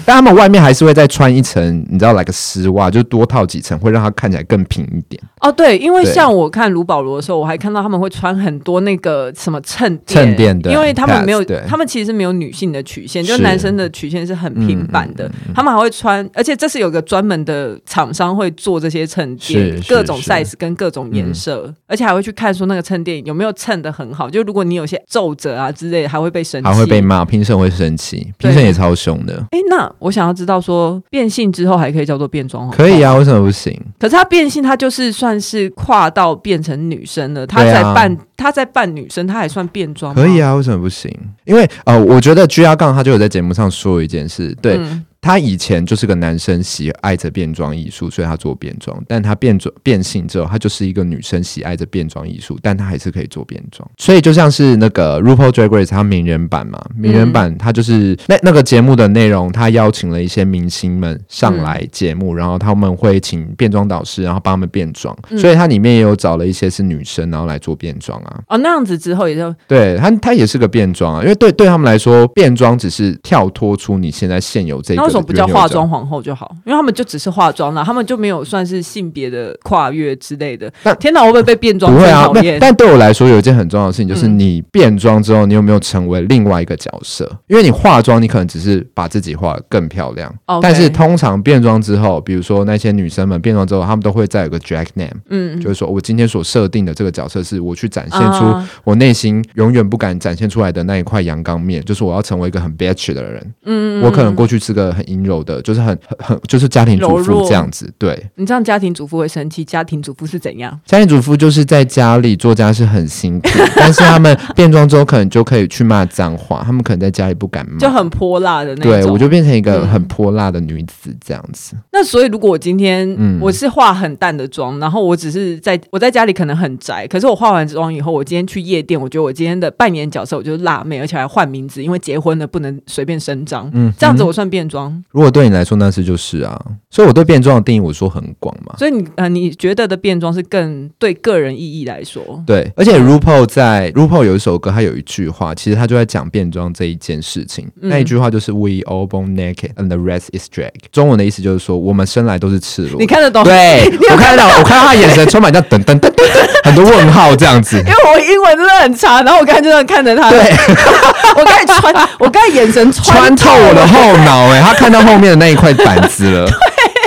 Speaker 1: 但他们外面还是会再穿一层，你知道，来个丝袜，就多套几层，会让它看起来更平一点。
Speaker 2: 哦，对，因为
Speaker 1: 对
Speaker 2: 像我看卢保罗的时候，我还看到他们会穿很多那个什么衬垫
Speaker 1: 衬垫的
Speaker 2: 因为他们没有
Speaker 1: pads，对，
Speaker 2: 他们其实是没有女性的曲线，就是是男生的曲线是很平板
Speaker 1: 嗯
Speaker 2: 的，他们还会穿，而且这是有个专门的厂商会做这些衬
Speaker 1: 是
Speaker 2: 垫，
Speaker 1: 是
Speaker 2: 各种
Speaker 1: 是嗯
Speaker 2: size 跟各种颜色，而且还会去看说那个衬垫有没有衬的很好，就如果你有些皱褶啊之类的，还会被生气，
Speaker 1: 还会被骂，评审会生气，评审也超凶的。
Speaker 2: 哎，那我想要知道说，变性之后还可以叫做变装皇后
Speaker 1: 可以啊，为什么不行？
Speaker 2: 可是她变性，她就是算是跨到变成女生了。她
Speaker 1: 对啊
Speaker 2: 在扮，她在扮女生，她还算变装吗
Speaker 1: 可以，啊，为什么不行？因为呃，我觉得 G R 杠他就有在节目上说一件事，对、
Speaker 2: 嗯
Speaker 1: 他以前就是个男生喜爱着变装艺术，所以他做变装，但他变装变性之后，他就是一个女生喜爱着变装艺术，但他还是可以做变装。所以就像是那个 RuPaul Drag Race 他名人版嘛，名人版他就是、那那个节目的内容，他邀请了一些明星们上来节目，然后他们会请变装导师，然后帮他们变装，
Speaker 2: 嗯
Speaker 1: 所以它里面也有找了一些是女生，然后来做变装啊。
Speaker 2: 哦，那样子之后也就
Speaker 1: 对他，他也是个变装啊，因为对对他们来说，变装只是跳脱出你现在现有这个。
Speaker 2: 那为什么不叫化妆？皇后就好？因为他们就只是化妆啦，他们就没有算是性别的跨越之类的
Speaker 1: 但。
Speaker 2: 天哪，我会不会被变装
Speaker 1: 不会
Speaker 2: 最
Speaker 1: 啊
Speaker 2: 讨，
Speaker 1: 那
Speaker 2: 厌？
Speaker 1: 但对我来说有一件很重要的事情，就是
Speaker 2: 嗯
Speaker 1: 你变装之后，你有没有成为另外一个角色？因为你化妆，你可能只是把自己化得更漂亮
Speaker 2: OK
Speaker 1: 但是通常变装之后，比如说那些女生们变装之后，她们都会再有个 drag name，
Speaker 2: 嗯，
Speaker 1: 就是说我今天所设定的这个角色是我去展现出
Speaker 2: 啊
Speaker 1: 我内心永远不敢展现出来的那一块阳刚面，就是我要成为一个很 bitch 的人。嗯我可能过去是个很阴柔的，就是很很很就是家庭主
Speaker 2: 柔
Speaker 1: 妇
Speaker 2: 弱
Speaker 1: 这样子。对，
Speaker 2: 你这样家庭主妇会生气，家庭主妇是怎样？
Speaker 1: 家庭主妇就是在家里做家事很 辛苦，但是他们变装之后可能就可以去骂脏话，他们可能在家里不敢骂，
Speaker 2: 就很泼辣的那
Speaker 1: 嗯
Speaker 2: 种。
Speaker 1: 对我就变成一个很泼辣的女子这样子。
Speaker 2: 那所以，如果我今天、
Speaker 1: 嗯
Speaker 2: 我是化很淡的妆，然后我只是在我在家里可能很宅，可是我化完妆以后，我今天去夜店，我觉得我今天的扮演角色我就是辣妹，而且还换名字，因为结婚了不能随便声张，
Speaker 1: 嗯，
Speaker 2: 这样子我算变装。
Speaker 1: 如果对你来说那是就是啊，所以我对变装的定义我说很广嘛。
Speaker 2: 所以你呃，你觉得的变装是更对个人意义来说，
Speaker 1: 对，而且 RuPaul 在 RuPaul 有一首歌，他有一句话，其实他就在讲变装这一件事情。
Speaker 2: 嗯
Speaker 1: 那一句话就是 “We all born naked and the rest is drag”，中文的意思就是说我们生来都是赤裸
Speaker 2: 你。看得懂？
Speaker 1: 对，我看到，我看到他眼神充满叫等等等等等，很多问号这样子
Speaker 2: 因。为我英文真的很差，然后我刚才就这样看着他，
Speaker 1: 对，
Speaker 2: 我刚才穿，我刚才眼神
Speaker 1: 穿透我的后脑、欸，他看到后面的那一块板子 了。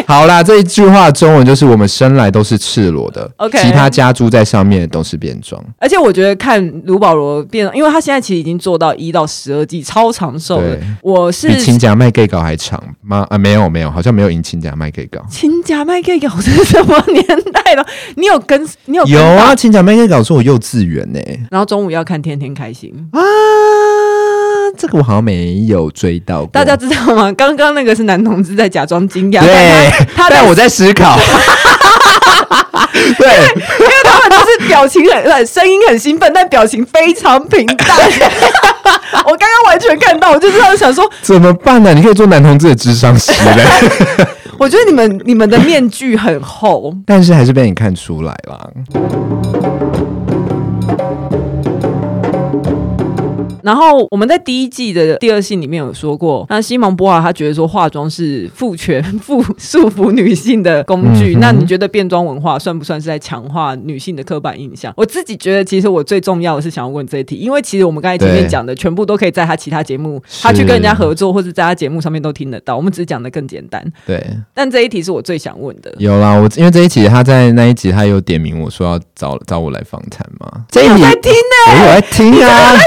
Speaker 1: 好啦，这一句话中文就是我们生来都是赤裸的
Speaker 2: OK
Speaker 1: 其他加诸在上面的都是变装。
Speaker 2: 而且我觉得看卢保罗变，因为他现在其实已经做到一到十二季，超长寿的
Speaker 1: 对。
Speaker 2: 我是
Speaker 1: 比亲夹麦 gay 稿还长吗？啊，没有没有，好像没有赢亲夹麦 gay 稿。
Speaker 2: 亲家麦克有是什么年代了？你有跟你有跟
Speaker 1: 有
Speaker 2: 到
Speaker 1: 啊，？亲夹麦 gay 稿是我幼稚园呢、
Speaker 2: 然后中午要看《天天开心
Speaker 1: 啊，这个我好像没有追到过。》，
Speaker 2: 大家知道吗？刚刚那个是男同志在假装惊讶，但
Speaker 1: 对
Speaker 2: 他，他
Speaker 1: 但我在思 考。对，
Speaker 2: 因为他们就是表情很很声音很兴奋，但表情非常平 淡。我刚刚完全看到，我就这样想说，
Speaker 1: 怎么办呢、你可以做男同志的智商师嘞，
Speaker 2: 我觉得你们你们的面具很厚。
Speaker 1: 但是还是被你看出来了。
Speaker 2: 然后我们在第一季的第二性里面有说过，那西蒙波娃他觉得说化妆是父权 父束缚女性的工
Speaker 1: 嗯
Speaker 2: 具。
Speaker 1: 哼
Speaker 2: 那你觉得变装文化算不算是在强化女性的刻板印象？我自己觉得，其实我最重要的是想要问这一题，因为其实我们刚才前面
Speaker 1: 对
Speaker 2: 讲的全部都可以在他其他节目，他去
Speaker 1: 是
Speaker 2: 跟人家合作或者在他节目上面都听得到。我们只是讲的更简单，
Speaker 1: 对，
Speaker 2: 但这一题是我最想问的。
Speaker 1: 有啦，我因为这一集他在那一集他有点名我说要找找我来访谈嘛，这一
Speaker 2: 我
Speaker 1: 集
Speaker 2: 哦在听欸呢、
Speaker 1: 我有在听啊，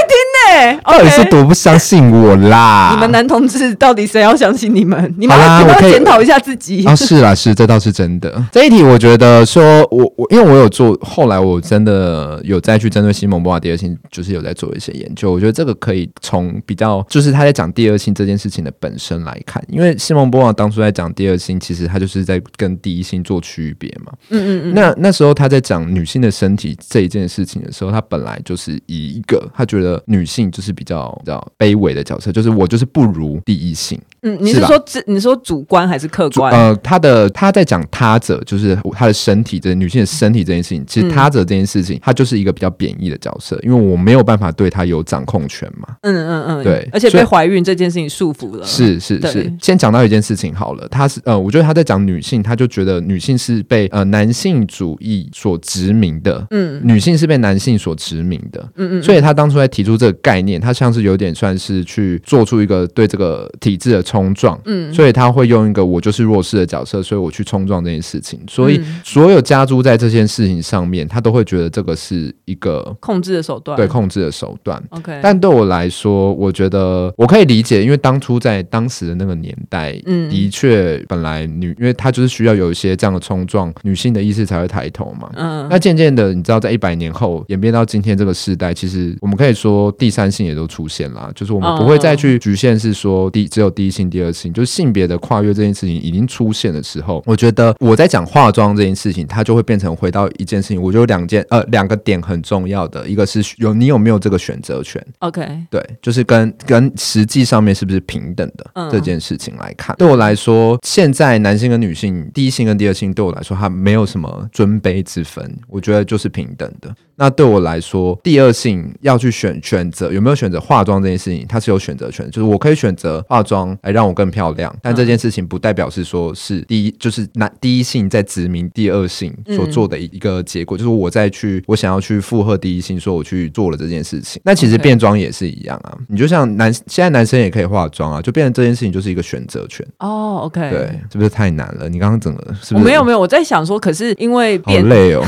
Speaker 1: 到
Speaker 2: 对，
Speaker 1: 底是
Speaker 2: OK
Speaker 1: 多不相信我啦？
Speaker 2: 你们男同志到底谁要相信你们？你们
Speaker 1: 好啦
Speaker 2: 要你
Speaker 1: 我
Speaker 2: 们
Speaker 1: 可
Speaker 2: 要
Speaker 1: 以
Speaker 2: 检讨一下自己。
Speaker 1: 啊，是啦，是，这倒是真的。 这一题我觉得说我，我因为我有做，后来我真的有再去针对西蒙波娃第二性，就是有在做一些研究。我觉得这个可以从比较，就是他在讲第二性这件事情的本身来看，因为西蒙波娃当初在讲第二性，其实他就是在跟第一性做区别嘛。
Speaker 2: 嗯嗯嗯。
Speaker 1: 那那时候他在讲女性的身体这一件事情的时候，他本来就是以一个他觉得女性就是比较比较卑微的角色，就是我就是不如第一性。
Speaker 2: 嗯，你
Speaker 1: 是
Speaker 2: 是
Speaker 1: 吧
Speaker 2: 说自你说主观还是客
Speaker 1: 主
Speaker 2: 观？
Speaker 1: 呃，他的他在讲他者，就是他的身体，这女性的身体这件事情。其实
Speaker 2: 嗯
Speaker 1: 他者这件事情，他就是一个比较贬义的角色，因为我没有办法对他有掌控权嘛。
Speaker 2: 嗯嗯嗯，
Speaker 1: 对
Speaker 2: 而且
Speaker 1: 所以
Speaker 2: 被怀孕这件事情束缚了，
Speaker 1: 是是
Speaker 2: 呃对
Speaker 1: 是，先讲到一件事情好了，他是呃，我觉得他在讲女性，他就觉得女性是被呃男性主义所殖民的，
Speaker 2: 嗯
Speaker 1: 女性是被男性所殖民的。
Speaker 2: 嗯嗯，
Speaker 1: 所以他当初在提出这个概念，他像是有点算是去做出一个对这个体制的冲撞，
Speaker 2: 嗯
Speaker 1: 所以他会用一个我就是弱势的角色，所以我去冲撞这件事情。所以
Speaker 2: 嗯
Speaker 1: 所有家族在这件事情上面，他都会觉得这个是一个
Speaker 2: 控制的手段，
Speaker 1: 对控制的手段。
Speaker 2: ，OK，
Speaker 1: 但对我来说，我觉得我可以理解，因为当初在当时的那个年代，
Speaker 2: 嗯
Speaker 1: 的确本来女，因为她就是需要有一些这样的冲撞，女性的意识才会抬头嘛。
Speaker 2: 嗯
Speaker 1: 那渐渐的，你知道，在一百年后演变到今天这个时代，其实我们可以说第三性也都出现啦，就是我们不会再去局限是说第只有第一性、第二性，就是性别的跨越这件事情已经出现的时候，我觉得我在讲化妆这件事情，它就会变成回到一件事情，我觉得有两件呃两个点很重要的，一个是有你有没有这个选择权，
Speaker 2: ，OK，
Speaker 1: 对，就是跟跟实际上面是不是平等的、
Speaker 2: 嗯
Speaker 1: 这件事情来看，对我来说，现在男性跟女性，第一性跟第二性，对我来说，它没有什么尊卑之分，我觉得就是平等的。那对我来说，第二性要去选选择有没有选择化妆这件事情，它是有选择权，就是我可以选择化妆来让我更漂亮，但这件事情不代表是说是第一，就是男第一性在殖民第二性所做的一一个结果，就是我在去我想要去附和第一性，说我去做了这件事情。那其实
Speaker 2: OK
Speaker 1: 变装也是一样啊，你就像男现在男生也可以化妆啊，就变成这件事情就是一个选择权，
Speaker 2: 哦，OK，
Speaker 1: 对，，是不是太难了？你刚刚整个是
Speaker 2: 我
Speaker 1: 不是
Speaker 2: 没有没有，我在想说，可是因为
Speaker 1: 好
Speaker 2: 变，
Speaker 1: 累哦，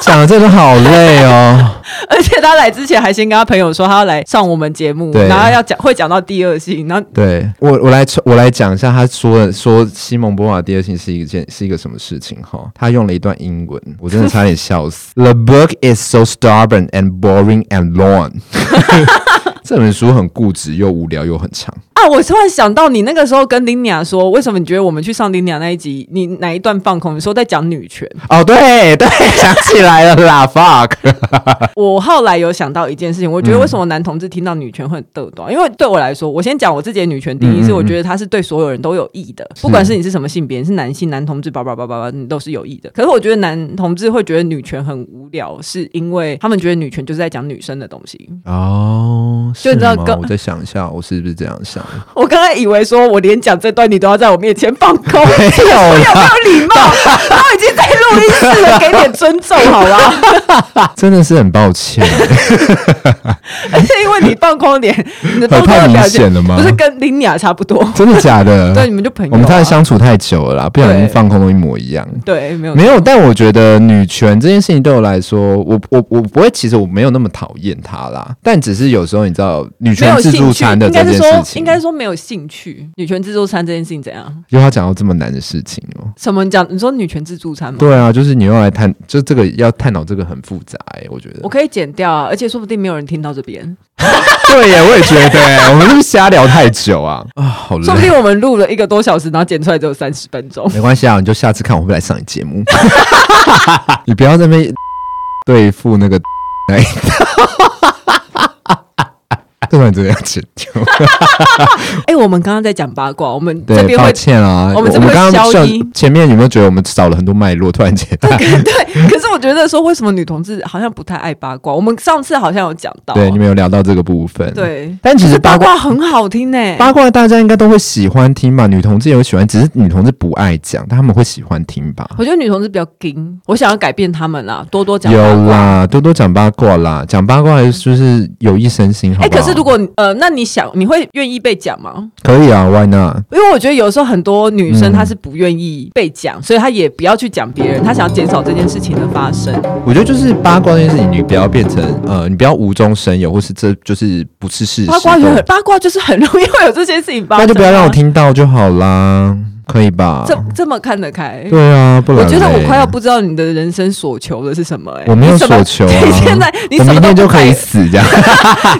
Speaker 1: 讲的真的好累哦。
Speaker 2: 而且且他来之前还先跟他朋友说他要来上我们节目，
Speaker 1: 对
Speaker 2: 然后要讲会讲到第二性，然后
Speaker 1: 对我，我来我来讲一下，他说的说西蒙波娃第二性是一件是一个什么事情哈？他用了一段英文，我真的差点笑 死。The book is so stubborn and boring and long 。 这本书很固执，又无聊又很长。
Speaker 2: 啊，我突然想到你那个时候跟林雅说，为什么你觉得我们去上林雅那一集，你哪一段放空？你说在讲女权，
Speaker 1: 哦，对对，想起来了啦，fuck。
Speaker 2: 我后来有想到一件事情，我
Speaker 1: 嗯
Speaker 2: 觉得为什么男同志听到女权会很嘚短？因为对我来说，我先讲我自己的女权定义
Speaker 1: 嗯嗯
Speaker 2: 是，
Speaker 1: 嗯
Speaker 2: 我觉得它是对所有人都有益的，不管是你是什么性别，你是男性、男同志，叭叭叭叭叭，你都是有益的。可是我觉得男同志会觉得女权很无聊，是因为他们觉得女权就是在讲女生的东西。
Speaker 1: 哦，
Speaker 2: 就是知道
Speaker 1: 吗
Speaker 2: 跟
Speaker 1: 我再想一下，我是不是这样想？
Speaker 2: 我刚才以为说我连讲这段你都要在我面前放空，
Speaker 1: 没有
Speaker 2: 有
Speaker 1: 啦，
Speaker 2: 没有礼貌？都已经在录音室了，给点尊重好吗？
Speaker 1: 真的是很抱歉，
Speaker 2: 啊而且因为你放空点，你的放空
Speaker 1: 太
Speaker 2: 的
Speaker 1: 明
Speaker 2: 表情
Speaker 1: 显了吗
Speaker 2: 不？是跟林雅差不多。
Speaker 1: 真的假的？
Speaker 2: 对，你们就朋友、啊。
Speaker 1: 我们太相处太久了啦，不小心放空都一模一样。
Speaker 2: 对，没有
Speaker 1: 没有，但我觉得女权这件事情对我来说，我我我不会，其实我没有那么讨厌它啦。但只是有时候你知道，女
Speaker 2: 没
Speaker 1: 权
Speaker 2: 有
Speaker 1: 自
Speaker 2: 兴
Speaker 1: 助
Speaker 2: 趣，
Speaker 1: 餐的
Speaker 2: 应
Speaker 1: 这
Speaker 2: 该
Speaker 1: 件
Speaker 2: 是
Speaker 1: 事
Speaker 2: 说，
Speaker 1: 情，
Speaker 2: 应该说没有兴趣。女权自助餐这件事情怎样？
Speaker 1: 又要讲到这么难的事情哦、
Speaker 2: 什么你讲？你说女权自助餐吗？
Speaker 1: 对啊，就是你用来探，就这个要探讨这个很复杂、欸，我觉得
Speaker 2: 我。可以剪掉啊，而且说不定没有人听到这边，
Speaker 1: 对耶，我也觉得、欸，我们是不是瞎聊太久 啊？啊，好累
Speaker 2: 说不。定我们录了一个多小时，然后剪出来只有三十分 钟。
Speaker 1: 没关系啊，你就下次看我会不会来上你节目。 你不要在那边 对付那个 那一 套，这段真的要剪掉。
Speaker 2: 哎、我们刚刚在讲八卦，我们这
Speaker 1: 对，
Speaker 2: 边
Speaker 1: 抱
Speaker 2: 会
Speaker 1: 歉啊，
Speaker 2: 我们这边
Speaker 1: 刚刚
Speaker 2: 会消音
Speaker 1: 像前面有没有觉得我们少了很多脉络？突然间，
Speaker 2: 对，可是我觉得说，为什么女同志好像不太爱八卦？我们上次好像有讲到，
Speaker 1: 对，你们有聊到这个部分。，
Speaker 2: 哦对
Speaker 1: 但其
Speaker 2: 可
Speaker 1: 实
Speaker 2: 是
Speaker 1: 八
Speaker 2: 八
Speaker 1: 卦
Speaker 2: 卦很好听呢、
Speaker 1: 八卦大家应该都会喜欢听吧，女同志也会喜欢，只是女同志不爱讲，但他们会喜欢听吧。
Speaker 2: 我觉得女同志比较硬，我想要改变她们啦，多多讲八卦。
Speaker 1: 有啦，多多讲八卦啦，讲八卦就是有益身心，好
Speaker 2: 哎、
Speaker 1: 不好？
Speaker 2: 可是如果你呃，那你想，你会愿意被讲吗？
Speaker 1: 可以啊，Why not？
Speaker 2: 因为我觉得有时候很多女
Speaker 1: 嗯
Speaker 2: 生她是不愿意被讲，所以她也不要去讲别人，她想要减少这件事情的发生。
Speaker 1: 我觉得就是八卦这件事情，你不要变成呃，你不要无中生有，或是这就是不是事实。
Speaker 2: 八卦就很八卦就是很容易会有这件事情发生、
Speaker 1: 那
Speaker 2: 啊
Speaker 1: 就不要让我。听到就好啦，可以吧？
Speaker 2: 这这么看得开。
Speaker 1: 对啊，不然
Speaker 2: 我觉得
Speaker 1: 嘞
Speaker 2: 我快要不知道你的人生所求的是什么哎、
Speaker 1: 我没有
Speaker 2: 你什么
Speaker 1: 所求啊
Speaker 2: 你 现在你
Speaker 1: 我
Speaker 2: 什么
Speaker 1: 明
Speaker 2: 都
Speaker 1: 天就
Speaker 2: 不
Speaker 1: 可以
Speaker 2: 在，
Speaker 1: 死 这样。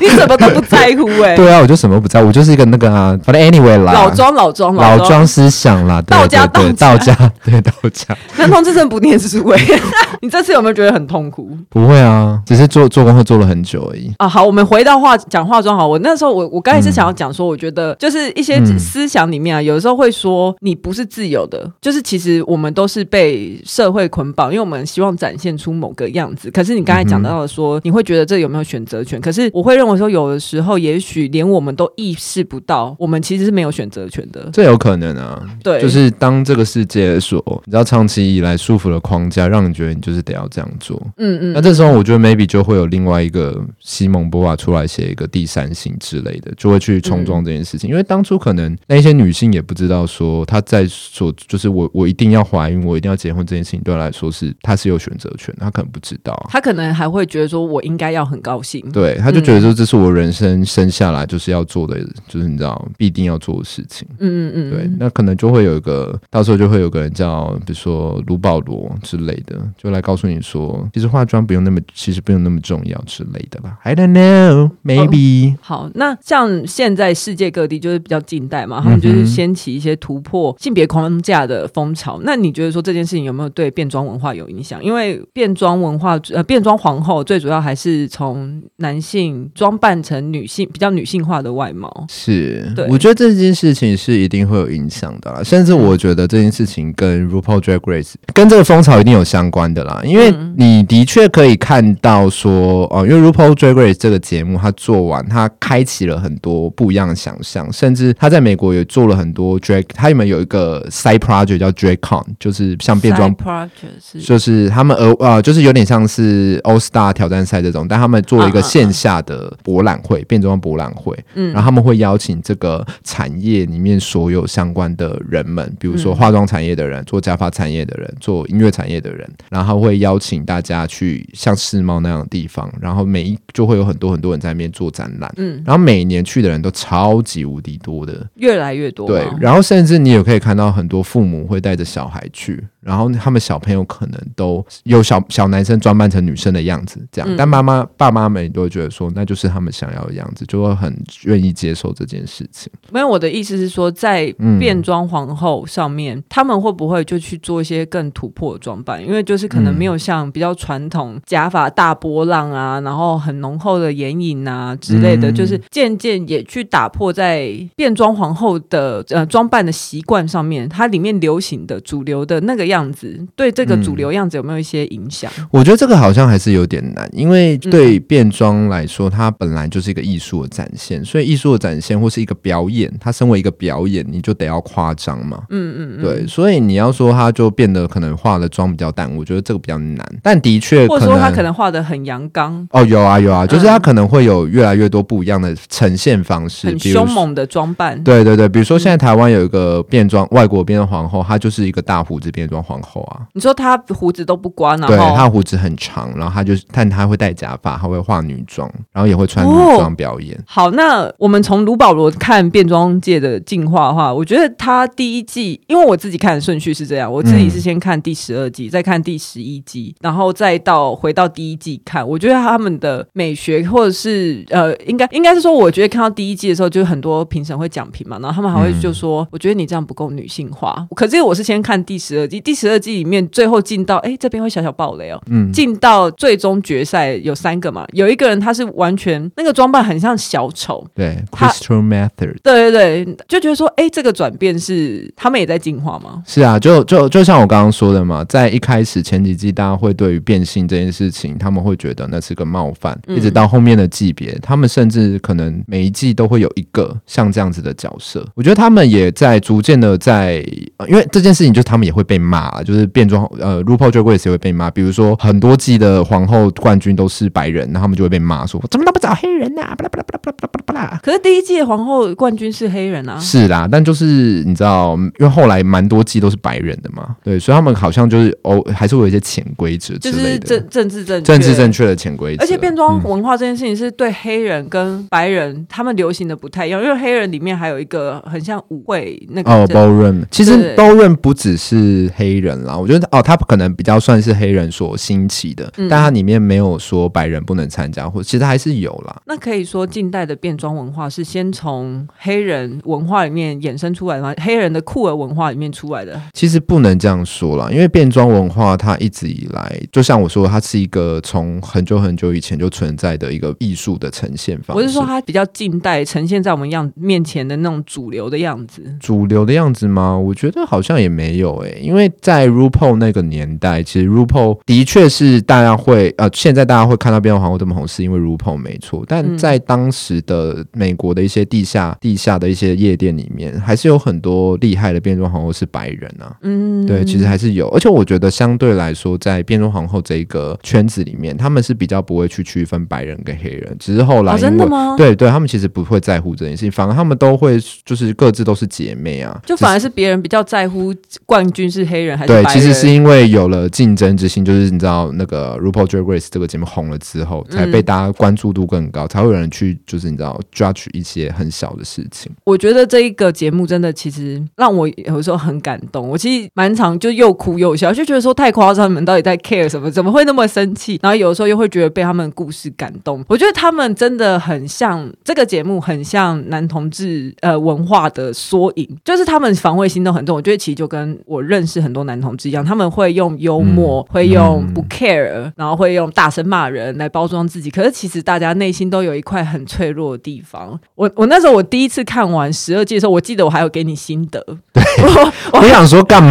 Speaker 2: 你什么都不在乎 哎、
Speaker 1: 对啊，我就什么不在乎，我就是一个那个啊，反正 anyway 啦，
Speaker 2: 老庄老庄
Speaker 1: 老
Speaker 2: 庄，
Speaker 1: 庄思想啦，对
Speaker 2: 道家
Speaker 1: 对对道
Speaker 2: 道
Speaker 1: 家 对道家，
Speaker 2: 男同志真的不念书哎、 你这次有没有觉得很痛苦？
Speaker 1: 不会啊，只是做做功课做了很久而已。
Speaker 2: 啊，好，我们回到化讲化妆好。我那时候我我刚才是想要讲说，我觉得就是一些
Speaker 1: 嗯
Speaker 2: 思想里面啊，有时候会说你不是自由的，就是其实我们都是被社会捆绑，因为我们希望展现出某个样子。可是你刚才讲
Speaker 1: 嗯
Speaker 2: 到的说，你会觉得这有没有选择权？可是我会认为说，有的时候也许连我们都意识不到，我们其实是没有选择权的。
Speaker 1: 这有可能啊，
Speaker 2: 对，
Speaker 1: 就是当这个世界所你知道长期以来束缚的框架，让你觉得你就是得要这样做，
Speaker 2: 嗯嗯
Speaker 1: 那这时候我觉得 maybe 就会有另外一个西蒙波娃出来写一个第三性之类的，就会去冲撞这件事情。因为当初可能那些女性也不知道说她在所就是我我一定要怀孕，我一定要结婚这件事情对她来说是她是有选择权，她可能不知道啊。
Speaker 2: 他可能还会觉得说，我应该要很高兴。
Speaker 1: 对，她就觉得说这是我人生生下来就是要做的，就是你知道必定要做的事情。
Speaker 2: 嗯嗯嗯，
Speaker 1: 对，那可能就会有一个，到时候就会有个人叫，比如说卢保罗之类的，就来告诉你说，其实化妆不用那么，其实不用那么重要之类的吧。I don't know, maybe、
Speaker 2: 好，那像现在世界各地就是比较近代嘛，他们就
Speaker 1: 嗯哼
Speaker 2: 是掀起一些突破性别框架的风潮。那你觉得说这件事情有没有对变装文化有影响？因为变装文化，呃，变装皇后最主要还是从男性装扮成女性，比较女性化的外貌。
Speaker 1: 是
Speaker 2: 对，
Speaker 1: 我觉得这件事情是一定会有影响的啦，甚至我觉得这件事情跟 RuPaul Drag Race 跟这个风潮一定有相关的啦，因为你的确可以看到说，哦、因为 RuPaul Drag Race 这个节目它做完，它开启了很多不一样的想象，甚至它在美国也做了很多 drag，它里面有一个 side project 叫 DrakeCon，就是像变装
Speaker 2: project 是
Speaker 1: 就是他们呃呃，就是有点像是 All Star 挑战赛这种，但他们做了一个线下的博览会，变装博览会，嗯，然后他们会邀请这个产业里面所有相关的人们，比如说化妆产业的人、做假发产业的人、做音乐产业的人，然后会邀请大家去像世贸那样的地方，然后每一就会有很多很多人在那边做展览，嗯，然后每年去的人都超级无敌多的，
Speaker 2: 越来越多吗，
Speaker 1: 对，然后甚至你也可以看到很多父母会带着小孩去，然后他们小朋友可能都有小小男生装扮成女生的样子这样，但妈妈爸妈们都会觉得说那就是他们想要的样子，就会很愿意接受这件事情。
Speaker 2: 没有，我的意思是说，在
Speaker 1: 嗯
Speaker 2: 变装皇后上面，他们会不会就去做一些更突破的装扮？因为就是可能没有像比较传统假发大波浪啊，然后很浓厚的眼影啊之类的，
Speaker 1: 嗯
Speaker 2: 就是渐渐也去打破在变装皇后的呃装扮的习惯上面，它里面流行的主流的那个样子，对这个主流样子有没有一些影响？
Speaker 1: 我觉得这个好像还是有点难，因为对变装来说，它本来就是一个艺术的展现，所以艺术的展现或是一个表演，它身为一个表演，你就得要夸张嘛。
Speaker 2: 嗯嗯嗯，
Speaker 1: 对，所以你要说它就变得可能化的妆比较淡，我觉得这个比较难。但的确，
Speaker 2: 或者说他可能画的很阳刚。
Speaker 1: 哦，有啊有啊，就是
Speaker 2: 嗯
Speaker 1: 它可能会有越来越多不一样的呈现方式，
Speaker 2: 很
Speaker 1: 比如
Speaker 2: 凶
Speaker 1: 说。
Speaker 2: 猛的嗯装扮，
Speaker 1: 对对对，比如说现在台湾有一个变装外国变装皇后，她就是一个大胡子变装皇后啊。
Speaker 2: 你说他胡子都不刮，然
Speaker 1: 对，
Speaker 2: 后
Speaker 1: 她胡子很长，然后她就是，但她会戴假发，她会化女装，然后也会穿女
Speaker 2: 哦
Speaker 1: 装表演。
Speaker 2: 好，那我们从卢保罗看变装界的进化的话，我觉得他第一季，因为我自己看的顺序是这样，我自己是先看第十二季，再看第十一季，然后再到回到第一季看。我觉得他们的美学或者是呃，应该应该是说，我觉得看到第一季的时候，就是很多评审会讲评嘛，然后他们还会就说，我觉得你这样不够女性化。可是我是先看第十二季，第十二季里面最后进到，哎，这边会小小爆雷哦，
Speaker 1: 嗯，
Speaker 2: 进到最终决赛有三个嘛，有一个人他是完全那个装扮很像小丑。
Speaker 1: 对
Speaker 2: 她
Speaker 1: ，Crystal Method。
Speaker 2: 对对对，就觉得说，哎，这个转变是他们也在进化吗？
Speaker 1: 是啊，就就就像我刚刚说的嘛，在一开始前几季，大家会对于变性这件事情，他们会觉得那是个冒犯，一直到后面的季别，他们甚至可能每一季都会有一个像这样子的角色。我觉得他们也在逐渐的在，呃因为这件事情就是他们也会被骂啊，就是变装呃 RuPaul Drag Race 也会被骂，比如说很多季的皇后冠军都是白人，然后他们就会被骂说怎么那么找黑人呐、啊，巴拉巴拉巴拉巴拉巴拉巴拉。
Speaker 2: 可是第一季的皇后冠军是黑人啊，
Speaker 1: 是啦，但就是你知道，因为后来蛮多季都是白人的嘛，对，所以他们好像就是哦，还是会有一些潜规则之
Speaker 2: 就
Speaker 1: 类
Speaker 2: 是
Speaker 1: 的，
Speaker 2: 政政治正确
Speaker 1: 政治正确的潜规则。嗯
Speaker 2: 而且变装文化这件事情是对黑人跟白人他们流行的不太一样，因为黑人里面还有一个很像舞会那个
Speaker 1: 哦，ballroom，其实
Speaker 2: 对
Speaker 1: ballroom 不只是黑人啦，我觉得哦，它可能比较算是黑人所兴起的，
Speaker 2: 嗯
Speaker 1: 但它里面没有说白人不能参加，或其实还是有啦。
Speaker 2: 那可以说，近代的变装文化是先从黑人文化里面衍生出来的吗？黑人的酷儿文化里面出来的，
Speaker 1: 其实不能这样说啦，因为变装文化它一直以来，就像我说，它是一个从很久很久以前就存在的一个艺术的呈现方式。
Speaker 2: 我是说它比较近代呈现在我们样面前的那种主流的样子。
Speaker 1: 主流的样子吗？我觉得好像也没有诶、因为在 RuPaul 那个年代，其实 RuPaul 的确是大家会呃，现在大家会看到变装皇后这么红，是因为 RuPaul 没错。但在当时的美国的一些地下地下的一些夜店里面，还是有很多厉害的变装皇后是白人啊。
Speaker 2: 嗯，
Speaker 1: 对，其实还是有，而且我觉得相对来说，在变装皇后这一个圈子里面，他们是比较不会去区分白人跟黑人，只是后来
Speaker 2: 哦，
Speaker 1: 因为、
Speaker 2: 真的吗？
Speaker 1: 对对，他们其实不会在乎这件事情，反而他们都会就是各自都是姐妹啊，
Speaker 2: 就
Speaker 1: 只是
Speaker 2: 反而是别人比较在乎冠军是黑人还是
Speaker 1: 对，
Speaker 2: 白人。
Speaker 1: 其实是因为有了竞争之心，就是你知道那个 RuPaul Drag Race 这个节目红了之后，才被大家关注度更高，才会有人去就是你知道 judge 一些很小的事 情。
Speaker 2: 我觉得这一个节目真的其实让我有时候很感动。我其实蛮常就又哭又笑，就觉得说太夸张，你们到底在 care 什么？怎么会那么生气？然后有的时候又会觉得被他们的故事感动。我觉得他们真的很像这个节目，很像男同志呃文化的缩影，就是他们防卫心都很重。我觉得其实就跟我认识很多男同志一样，他们会用幽默，
Speaker 1: 嗯
Speaker 2: 会用
Speaker 1: 嗯
Speaker 2: 不 care，然后会用大声骂人来包装自己。可是其实大家内心都有一块很脆弱的地方。我我那时候我第一次看完十二季的时候，我记得我还有给你心得，我
Speaker 1: 我想说干嘛、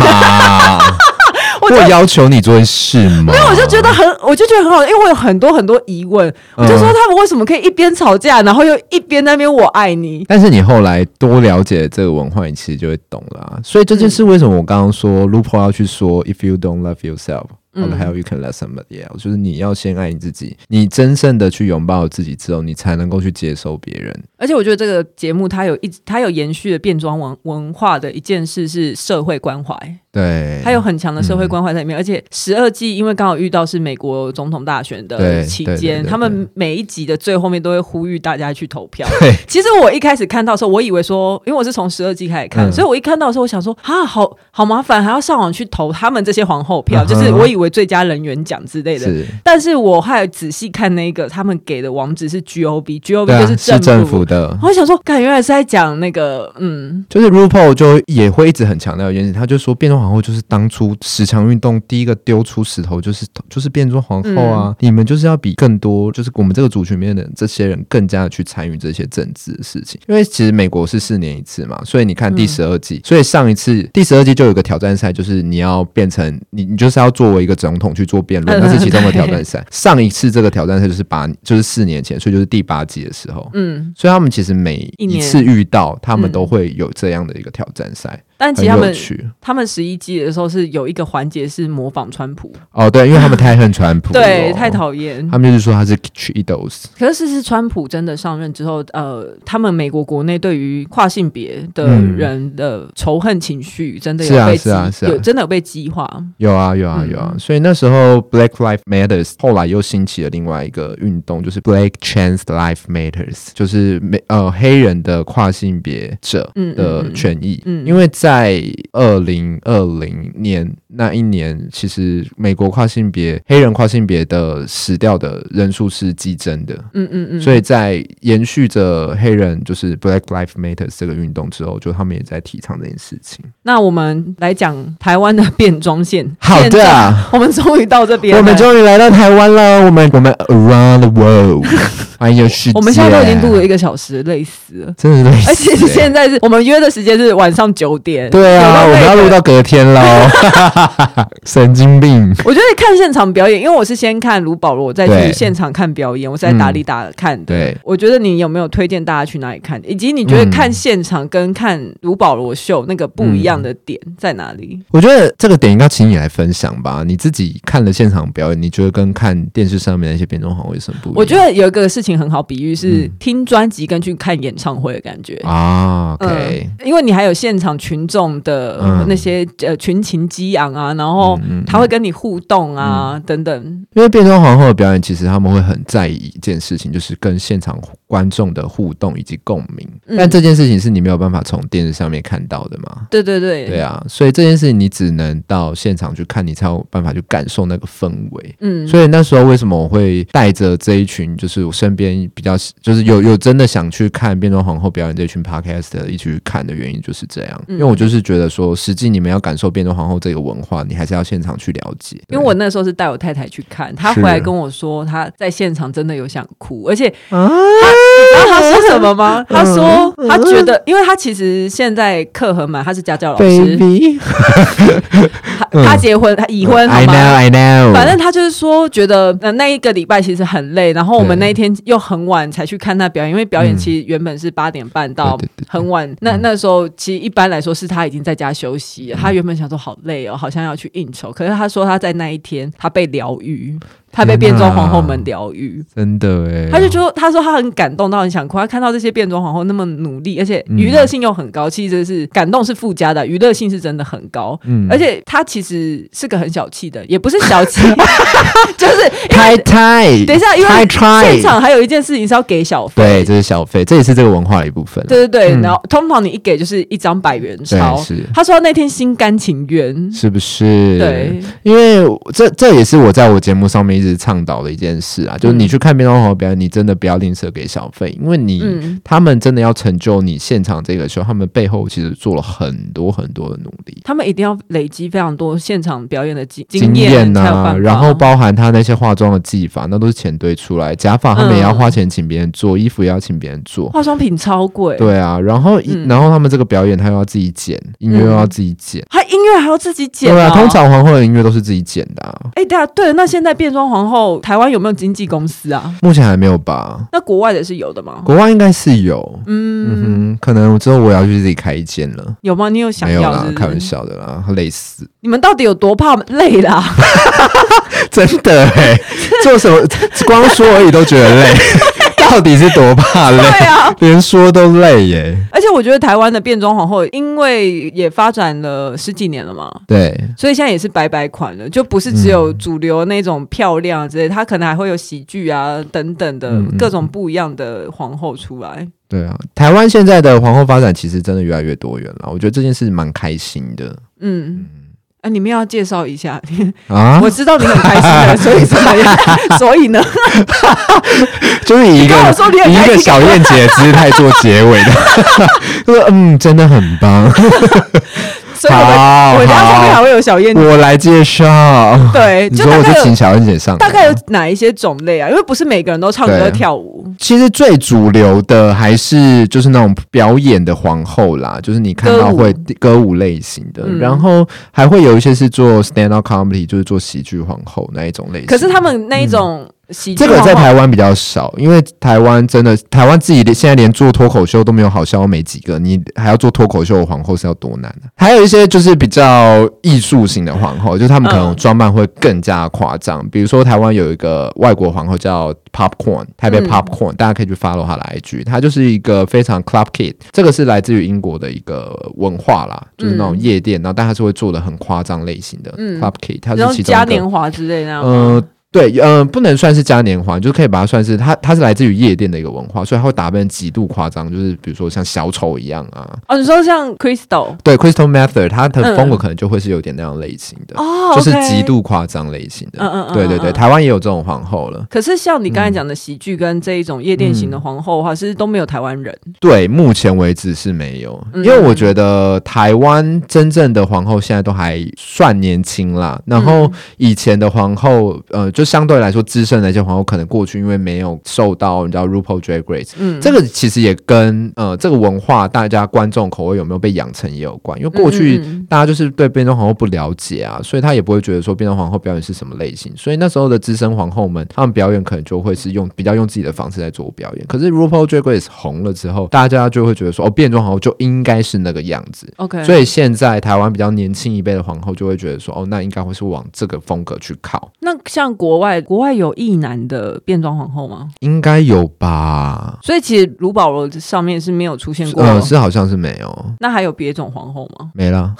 Speaker 2: 我就
Speaker 1: 我要求你做事吗？
Speaker 2: 没有，我就觉得很，我就觉得很好，因为我有很多很多疑问，我就说他们为什么可以一边吵架，然后又一边那边我爱你，
Speaker 1: 但是你后来多了解这个文化，你其实就会懂了、所以这就是为什么我刚刚说 l u p o 要去说 “If you don't love yourself,
Speaker 2: 嗯
Speaker 1: how the hell you can love somebody else？”、就是你要先爱你自己，你真正的去拥抱自己之后，你才能够去接受别人。
Speaker 2: 而且我觉得这个节目它有一直它有延续的变装文文化的一件事是社会关怀，
Speaker 1: 对，
Speaker 2: 它有很强的社
Speaker 1: 嗯
Speaker 2: 会关怀在里面。而且十二季因为刚好遇到是美国总统大选的
Speaker 1: 对
Speaker 2: 期
Speaker 1: 对对
Speaker 2: 间，
Speaker 1: 对
Speaker 2: 他们每一集的最后面都会呼吁大家去投票。
Speaker 1: 对
Speaker 2: 其实我一开始看到的时候，我以为说，因为我是从十二季开始看，
Speaker 1: 嗯
Speaker 2: 所以我一看到的时候，我想说啊，好好麻烦，还要上网去投他们这些皇后票，
Speaker 1: 嗯哼
Speaker 2: 就是我以为最佳人员奖之类的。
Speaker 1: 是，
Speaker 2: 但是我还有仔细看那个他们给的网址是 G O B G O B
Speaker 1: 对
Speaker 2: 就
Speaker 1: 啊，
Speaker 2: 是
Speaker 1: 是
Speaker 2: 政
Speaker 1: 政府的。
Speaker 2: 我想说，感原来是在讲那个，嗯，
Speaker 1: 就是 RuPaul 就也会一直很强调一件事，他就说变装皇后就是当初十强运动第一个丢出石头就是就是变装皇后啊，
Speaker 2: 嗯
Speaker 1: 你们就是要比更多就是我们这个族群里面的这些人更加的去参与这些政治的事情，因为其实美国是四年一次嘛，所以你看第十二
Speaker 2: 嗯
Speaker 1: 季，所以上一次第十二季就有一个挑战赛，就是你要变成你你就是要作为一个总统去做辩论，
Speaker 2: 嗯
Speaker 1: 那是其中的挑战赛。上一次这个挑战赛就是八就是四年前，所以就是第八季的时候，
Speaker 2: 嗯，
Speaker 1: 所以他们其实每
Speaker 2: 一年
Speaker 1: 一次遇到，他们
Speaker 2: 嗯
Speaker 1: 都会有这样的一个挑战赛，
Speaker 2: 但其
Speaker 1: 很
Speaker 2: 实他
Speaker 1: 有
Speaker 2: 们
Speaker 1: 趣。
Speaker 2: 他们十一季的时候是有一个环节是模仿川普，
Speaker 1: 哦，对，因为他们太恨川普了，
Speaker 2: 啊 对，太讨厌。
Speaker 1: 他们就是说他是 Cheetos，
Speaker 2: 可是，事实川普真的上任之后，呃，他们美国国内对于跨性别的
Speaker 1: 嗯
Speaker 2: 人的仇恨情绪，真的有
Speaker 1: 是啊
Speaker 2: 被激、
Speaker 1: 是啊是啊
Speaker 2: 有真的有被激化。
Speaker 1: 有啊有啊
Speaker 2: 嗯
Speaker 1: 有啊。所以那时候 Black Life Matters 后来又兴起了另外一个运动，就是 Black Trans Life Matters，就是美呃黑人的跨性别者
Speaker 2: 嗯
Speaker 1: 的
Speaker 2: 嗯
Speaker 1: 权益。
Speaker 2: 嗯
Speaker 1: 因为在二零二零年那一年，其实美国跨性别黑人跨性别的死掉的人数是激增的。
Speaker 2: 嗯嗯嗯，
Speaker 1: 所以在延续着黑人就是 Black Lives Matter 这个运动之后，就他们也在提倡这件事情。
Speaker 2: 那我们来讲台湾的变装线。
Speaker 1: 好的
Speaker 2: 变装，我们终于到这边了，
Speaker 1: 我们终于来到台湾了，我们我们 Around the World 环游世界，
Speaker 2: 我们现在都已经录了一个小时，累死了。
Speaker 1: 真的累死欸
Speaker 2: 而且现在是我们约的时间是晚上九点。
Speaker 1: 对啊，我
Speaker 2: 有到累
Speaker 1: 们
Speaker 2: 的
Speaker 1: 要录到隔天 喽，神经病。
Speaker 2: 我觉得看现场表演，因为我是先看卢保罗，我再去
Speaker 1: 对嗯
Speaker 2: 现场看表演，我是在打理打看的。
Speaker 1: 对，
Speaker 2: 我觉得你有没有推荐大家去哪里看？以及你觉得看现场跟看卢保罗秀那个不一样的点在哪里？
Speaker 1: 我觉得这个点应该请你来分享吧，你自己看了现场表演，你觉得跟看电视上面那些变装皇后有什么不一样？
Speaker 2: 我觉得有一个事情很好比喻，
Speaker 1: 嗯
Speaker 2: 是听专辑跟去看演唱会的感觉。
Speaker 1: 啊，OK，
Speaker 2: 嗯，因为你还有现场群众的
Speaker 1: 嗯
Speaker 2: 那些、呃群情激昂啊，然后
Speaker 1: 嗯嗯
Speaker 2: 他会跟你互动啊，等等。
Speaker 1: 因为变装皇后的表演，其实他们会很在意一件事情，就是跟现场观众的互动以及共鸣。
Speaker 2: 嗯
Speaker 1: 但这件事情是你没有办法从电视上面看到的嘛？
Speaker 2: 对对对，
Speaker 1: 对啊，所以这件事情你只能到现场去看，你才有办法去感受那个氛围。
Speaker 2: 嗯，
Speaker 1: 所以那时候为什么我会带着这一群，就是我身边比较就是有有真的想去看变装皇后表演这群 podcast 一起去看的原因就是这样，
Speaker 2: 嗯
Speaker 1: 因为我就是觉得说，实际你们要感受变装皇后这个文化，你还是要现场去了解。
Speaker 2: 因为我那时候是带我太太去看，她
Speaker 1: 是
Speaker 2: 回来跟我说，她在现场真的有想哭，而且
Speaker 1: 啊
Speaker 2: 她你知道她说什么吗？
Speaker 1: 嗯
Speaker 2: 她说她觉得，因为她其实现在克和满，她是家教老师，
Speaker 1: baby 嗯
Speaker 2: 她她结婚，她已婚，好
Speaker 1: I know,
Speaker 2: 吗？
Speaker 1: I know。
Speaker 2: 反正她就是说，觉得呃那一个礼拜其实很累，然后我们
Speaker 1: 对
Speaker 2: 那一天又很晚才去看她表演，因为表演其实原本是八点半到
Speaker 1: 对对对
Speaker 2: 很晚，那那时候其实一般来说是她已经在家休息
Speaker 1: 嗯
Speaker 2: 了，她原本想说好累哦，好像要去应酬，可是她说她在那一天她被疗愈，她被
Speaker 1: 天
Speaker 2: 变
Speaker 1: 哪
Speaker 2: 装皇后们疗愈，
Speaker 1: 真的哎，
Speaker 2: 他就说，他说他很感动到很想哭，他看到这些变装皇后那么努力，而且
Speaker 1: 嗯
Speaker 2: 娱乐性又很高，其实是感动是附加的，娱乐性是真的很高。
Speaker 1: 嗯
Speaker 2: 而且他其实是个很小气的，也不是小 气，就是
Speaker 1: 太太，
Speaker 2: 等一下，因
Speaker 1: 太
Speaker 2: 为
Speaker 1: 太
Speaker 2: 现场还有一件事情是要给小
Speaker 1: 对，
Speaker 2: 费。
Speaker 1: 这是小费，这也是这个文化的一部分。啊
Speaker 2: 对对对，然后通常你一给就是一张百元钞
Speaker 1: 对是。
Speaker 2: 他说他那天心甘情愿，
Speaker 1: 是不是？
Speaker 2: 对，
Speaker 1: 因为我这这也是我在我节目上面一直倡导的一件事啊，
Speaker 2: 嗯
Speaker 1: 就是你去看变装皇后表演，你真的不要吝啬给小费，因为你、
Speaker 2: 嗯
Speaker 1: 他们真的要成就你现场这个秀，他们背后其实做了很多很多的努力。
Speaker 2: 他们一定要累积非常多现场表演的经
Speaker 1: 经
Speaker 2: 验才有办
Speaker 1: 呐、
Speaker 2: 法
Speaker 1: 然后包含他那些化妆的技法，那都是钱堆出来。假发他们也要
Speaker 2: 嗯
Speaker 1: 花钱请别人做，衣服也要请别人做。
Speaker 2: 化妆品超贵，
Speaker 1: 对啊，然后一、
Speaker 2: 嗯
Speaker 1: 然后他们这个表演他又要自己剪，音乐又要
Speaker 2: 嗯
Speaker 1: 自己剪，
Speaker 2: 还音乐还要自己剪、哦，
Speaker 1: 对啊，通。常皇后的音乐都是自己剪的、啊，
Speaker 2: 哎，对啊，对了，那现在变装皇后台湾有没有经纪公司啊？
Speaker 1: 目前还没有吧？
Speaker 2: 那国外的是有的吗？
Speaker 1: 国外应该是有，
Speaker 2: 嗯，
Speaker 1: 嗯哼，可能之后我要去自己开一间了。
Speaker 2: 有吗？你有想
Speaker 1: 没有
Speaker 2: 要
Speaker 1: 啦
Speaker 2: 是不，是
Speaker 1: 开玩笑的啦，累死，
Speaker 2: 你们到底有多怕累啦？
Speaker 1: 真的哎、 做什么光说而已都觉得累， 到底是多怕 累？
Speaker 2: 对啊，
Speaker 1: 连说都累耶、
Speaker 2: 而且我觉得台湾的变装皇后，因为也发展了十几年了嘛，
Speaker 1: 对，
Speaker 2: 所以现在也是白白款了，就不是只
Speaker 1: 嗯
Speaker 2: 有主流那种漂亮之类，她可能还会有喜剧啊等等的
Speaker 1: 嗯嗯
Speaker 2: 各种不一样的皇后出来。
Speaker 1: 对啊，台湾现在的皇后发展其实真的越来越多元了，我觉得这件事蛮开心的
Speaker 2: 嗯，啊，你们要介绍一下，
Speaker 1: 啊
Speaker 2: 我，知道你很开心的，所以怎么 样？所以呢，
Speaker 1: 就是以一
Speaker 2: 你
Speaker 1: 个
Speaker 2: 跟我说你很
Speaker 1: 以一
Speaker 2: 开
Speaker 1: 个
Speaker 2: 心，
Speaker 1: 小燕姐的姿态做结尾的， 就说嗯，真的很 棒，
Speaker 2: 所以我们
Speaker 1: 好
Speaker 2: 我家后面还
Speaker 1: 好，
Speaker 2: 会有小燕姐。
Speaker 1: 我来介绍。
Speaker 2: 对，
Speaker 1: 你
Speaker 2: 就
Speaker 1: 说
Speaker 2: 大
Speaker 1: 我
Speaker 2: 概
Speaker 1: 是请
Speaker 2: 有
Speaker 1: 小燕姐上的，
Speaker 2: 大概有哪一些种类啊？因为不是每个人都唱歌
Speaker 1: 对
Speaker 2: 跳舞。
Speaker 1: 其实最主流的还是就是那种表演的皇后啦，就是你看到会歌舞类型的，
Speaker 2: 嗯
Speaker 1: 然后还会有一些是做 stand up comedy，就是做喜剧皇后那一种类型。
Speaker 2: 可是他们那一种喜剧
Speaker 1: 嗯这
Speaker 2: 皇
Speaker 1: 个
Speaker 2: 后、
Speaker 1: 在台湾比较少，因为台湾真的台湾自己连现在连做脱口秀都没有好笑没几个，你还要做脱口秀的皇后是要多难啊？还有一些就是比较艺术型的皇后，就是他们可能
Speaker 2: 嗯
Speaker 1: 装扮会更加夸张，比如说台湾有一个外国皇后叫 Popcorn，台北
Speaker 2: 嗯
Speaker 1: Popcorn，、大家可以去 follow 她的 IG，她就是一个非常 club kid，这个是来自于英国的一个文化啦，就是那种
Speaker 2: 嗯
Speaker 1: 夜店，然后但她是会做的很夸张类型的、
Speaker 2: 嗯
Speaker 1: club kid，她
Speaker 2: 然
Speaker 1: 是
Speaker 2: 后
Speaker 1: 其中一
Speaker 2: 嘉
Speaker 1: 个。
Speaker 2: 年华之类那样吗。
Speaker 1: 呃，对，呃，不能算是嘉年华，你就可以把它算是它，它是来自于夜店的一个文化，所以它会打扮得极度夸张，就是比如说像小丑一样啊。
Speaker 2: 哦，你说像 Crystal
Speaker 1: 对，Crystal Method，它的
Speaker 2: 嗯
Speaker 1: 风格可能就会是有点那样类型的，
Speaker 2: 哦，
Speaker 1: 就是
Speaker 2: OK
Speaker 1: 极。度夸张类型的。
Speaker 2: 嗯嗯嗯
Speaker 1: 对对
Speaker 2: 嗯
Speaker 1: 对，
Speaker 2: 嗯
Speaker 1: 台湾也有这种皇后了。
Speaker 2: 可是像你刚才讲的喜剧跟这一种夜店型
Speaker 1: 嗯
Speaker 2: 的皇后的话，是都没有台湾人。
Speaker 1: 对，目前为止是没有，
Speaker 2: 嗯
Speaker 1: 因为我觉得台湾真正的皇后现在都还算年轻啦。然
Speaker 2: 嗯
Speaker 1: 后以前的皇后，呃，就相对来说资深的一些皇后，可能过去因为没有受到你知道 RuPaul Drag Race，
Speaker 2: 嗯，
Speaker 1: 这个其实也跟呃这个文化大家观众口味有没有被养成也有关，因为过去
Speaker 2: 嗯嗯嗯
Speaker 1: 大家就是对变装皇后不了解啊，所以他也不会觉得说变装皇后表演是什么类型，所以那时候的资深皇后们，她们表演可能就会是用比较用自己的方式在做表演。可是 RuPaul Drag Race 红了之后，大家就会觉得说哦，变装皇后就应该是那个样子。
Speaker 2: OK，
Speaker 1: 所以现在台湾比较年轻一辈的皇后就会觉得说，哦，那应该会是往这个风格去靠，
Speaker 2: 那像国外，国外有异男的变装皇后吗？
Speaker 1: 应该有吧？
Speaker 2: 所以其实卢保罗上面是没有出现过。
Speaker 1: 呃，是好像是没有，
Speaker 2: 那还有别种皇后吗？
Speaker 1: 没了。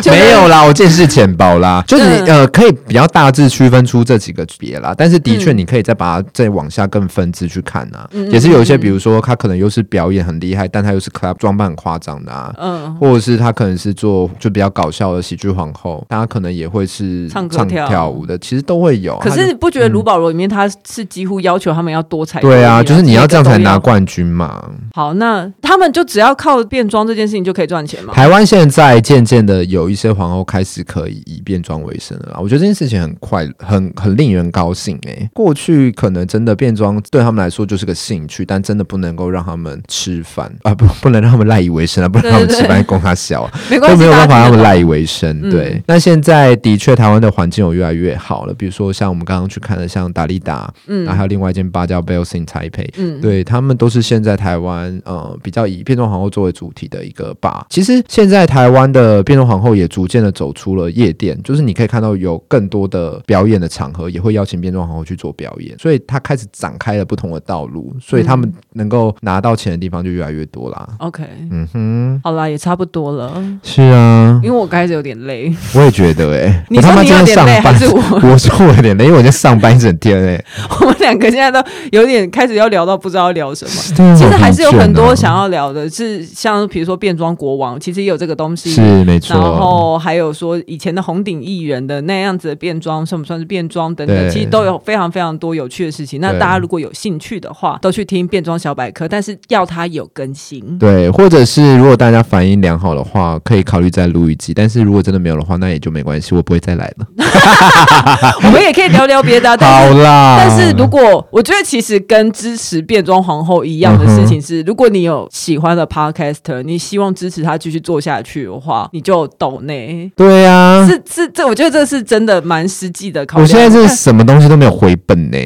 Speaker 2: 就是
Speaker 1: 没有啦，我见识浅薄啦，就是、
Speaker 2: 嗯
Speaker 1: 呃，可以比较大致区分出这几个别啦，但是的确
Speaker 2: 嗯
Speaker 1: 你可以再把它再往下更分支去看啊，
Speaker 2: 嗯嗯
Speaker 1: 也是有一些，
Speaker 2: 嗯嗯
Speaker 1: 比如说他可能又是表演很厉害，但他又是 club 装扮很夸张的啊。
Speaker 2: 嗯，
Speaker 1: 或者是他可能是做就比较搞笑的喜剧皇后，他可能也会是
Speaker 2: 唱歌
Speaker 1: 唱
Speaker 2: 跳舞
Speaker 1: 跳舞的，其实都会有。啊
Speaker 2: 可
Speaker 1: 他
Speaker 2: 是
Speaker 1: 就
Speaker 2: 你不觉得卢保罗里面他是几乎要求他们要多才多艺
Speaker 1: 对啊，就是你要
Speaker 2: 每个
Speaker 1: 这样才
Speaker 2: 都
Speaker 1: 拿
Speaker 2: 要
Speaker 1: 冠军嘛。
Speaker 2: 好，那他们就只要靠变装这件事情就可以赚钱吗？
Speaker 1: 台湾现在渐渐的有一些皇后开始可以以变装为生了啦，我觉得这件事情很快，很很令人高兴诶、过去可能真的变装对他们来说就是个兴趣，但真的不能够让他们吃饭啊，不不能让他们赖以为生啊，不能让他们吃
Speaker 2: 对
Speaker 1: 饭供他笑啊，
Speaker 2: 没关
Speaker 1: 都
Speaker 2: 系，
Speaker 1: 没有
Speaker 2: 大
Speaker 1: 办
Speaker 2: 家
Speaker 1: 法让他
Speaker 2: 听
Speaker 1: 们
Speaker 2: 得
Speaker 1: 赖
Speaker 2: 懂
Speaker 1: 以为生。
Speaker 2: 嗯
Speaker 1: 对，那现在的确台湾的环境有越来越好了，比如说像我们刚刚去看的，像达利达，
Speaker 2: 嗯
Speaker 1: 然后还有另外一间吧叫 Bells in Taipei，
Speaker 2: 嗯，
Speaker 1: 对他们都是现在台湾呃比较以变装皇后作为主题的一个吧。其实现在台湾的变装皇后也逐渐的走出了夜店，就是你可以看到有更多的表演的场合也会邀请变装皇后去做表演，所以他开始展开了不同的道路，所以他们能够拿到钱的地方就越来越多啦。
Speaker 2: OK，
Speaker 1: 嗯哼，
Speaker 2: 好啦，也差不多了，
Speaker 1: 是啊
Speaker 2: 因为，我刚开始有点累。
Speaker 1: 我也觉得哎、欸，
Speaker 2: 你
Speaker 1: 我他
Speaker 2: 说
Speaker 1: 妈
Speaker 2: 你
Speaker 1: 今
Speaker 2: 有
Speaker 1: 天
Speaker 2: 点
Speaker 1: 上
Speaker 2: 累 还
Speaker 1: 班
Speaker 2: 是。我？
Speaker 1: 我说我有点的，因为我在上班一整天哎、
Speaker 2: 我们两个现在都有点开始要聊到不知道要聊什么。
Speaker 1: 欸。
Speaker 2: 其实还是有很多想
Speaker 1: 要
Speaker 2: 要聊的，是像比如说变装国王，其实也有这个东西。
Speaker 1: 是没错，
Speaker 2: 然后还有说以前的红顶艺人的那样子的变装，算不算是变装等
Speaker 1: 对
Speaker 2: 等，其实都有非常非常多有趣的事情。那
Speaker 1: 对
Speaker 2: 大家如果有兴趣的话，都去听变装小百科，但是要它有更 新。
Speaker 1: 对，或者是如果大家反应良好的话，可以考虑再录一集。但是如果真的没有的话，那也就没关系，我不会再来了。
Speaker 2: 我们也可以聊聊别的啊，但
Speaker 1: 好
Speaker 2: 是。
Speaker 1: 啦，
Speaker 2: 但是如果我觉得其实跟支持变装皇后一样的事情
Speaker 1: 嗯
Speaker 2: 是，如果你有喜欢的 podcaster，你希望支持他继续做下去的话，你就抖内。
Speaker 1: 对呀、啊，
Speaker 2: 是是这，我觉得这是真的蛮实际的考
Speaker 1: 我
Speaker 2: 量。
Speaker 1: 现在是什么东西都没有回 本呢、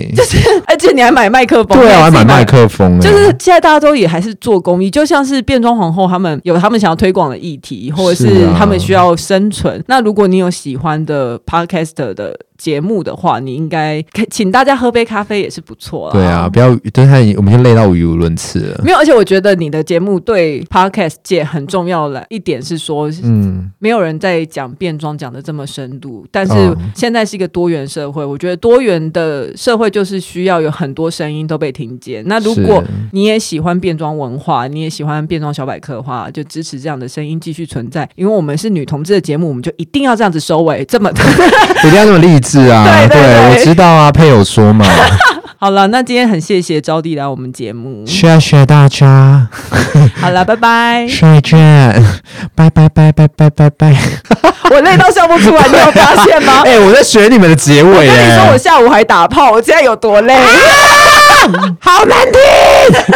Speaker 2: 而且你还买麦克风，
Speaker 1: 对啊，我还
Speaker 2: 你
Speaker 1: 买
Speaker 2: 还自己
Speaker 1: 麦。克风、欸，
Speaker 2: 就是现在大家都也还是做公益，就像是变装皇后他们有他们想要推广的议题，或者
Speaker 1: 是
Speaker 2: 是
Speaker 1: 啊
Speaker 2: 他们需要生存。那如果你有喜欢的 podcast 的节目的话，你应该可请大家喝杯咖啡也是不错啦。
Speaker 1: 对啊，。不要，对他已经，我们已经累到语无伦次 了。
Speaker 2: 没有，而且我觉得你的节目对 podcast 界很重要的一点是说，
Speaker 1: 嗯，
Speaker 2: 没有人在讲变装讲的这么深度，但是
Speaker 1: 嗯
Speaker 2: 现在是一个多元社会，我觉得多元的社会就是需要有很多声音都被听见。那如果
Speaker 1: 是
Speaker 2: 你也喜欢变装文化，你也喜欢变装小百科的话，就支持这样的声音继续存在，因为我们是女同志的节目，我们就一定要这样子收尾。这么
Speaker 1: 一定要这么励志啊！
Speaker 2: 对对对
Speaker 1: 我知道啊，配偶说 嘛，
Speaker 2: 好了，那今天很谢谢招娣来我们 节目，
Speaker 1: 谢谢大家，。
Speaker 2: 好了，拜拜
Speaker 1: 再见，拜拜拜拜拜拜拜。
Speaker 2: 哦我累到笑不出来，你有发现吗？
Speaker 1: 哎、我在学你们的结尾
Speaker 2: 我跟你
Speaker 1: 耶、
Speaker 2: 啊说，我下午还打炮，我现在有多累，好难听。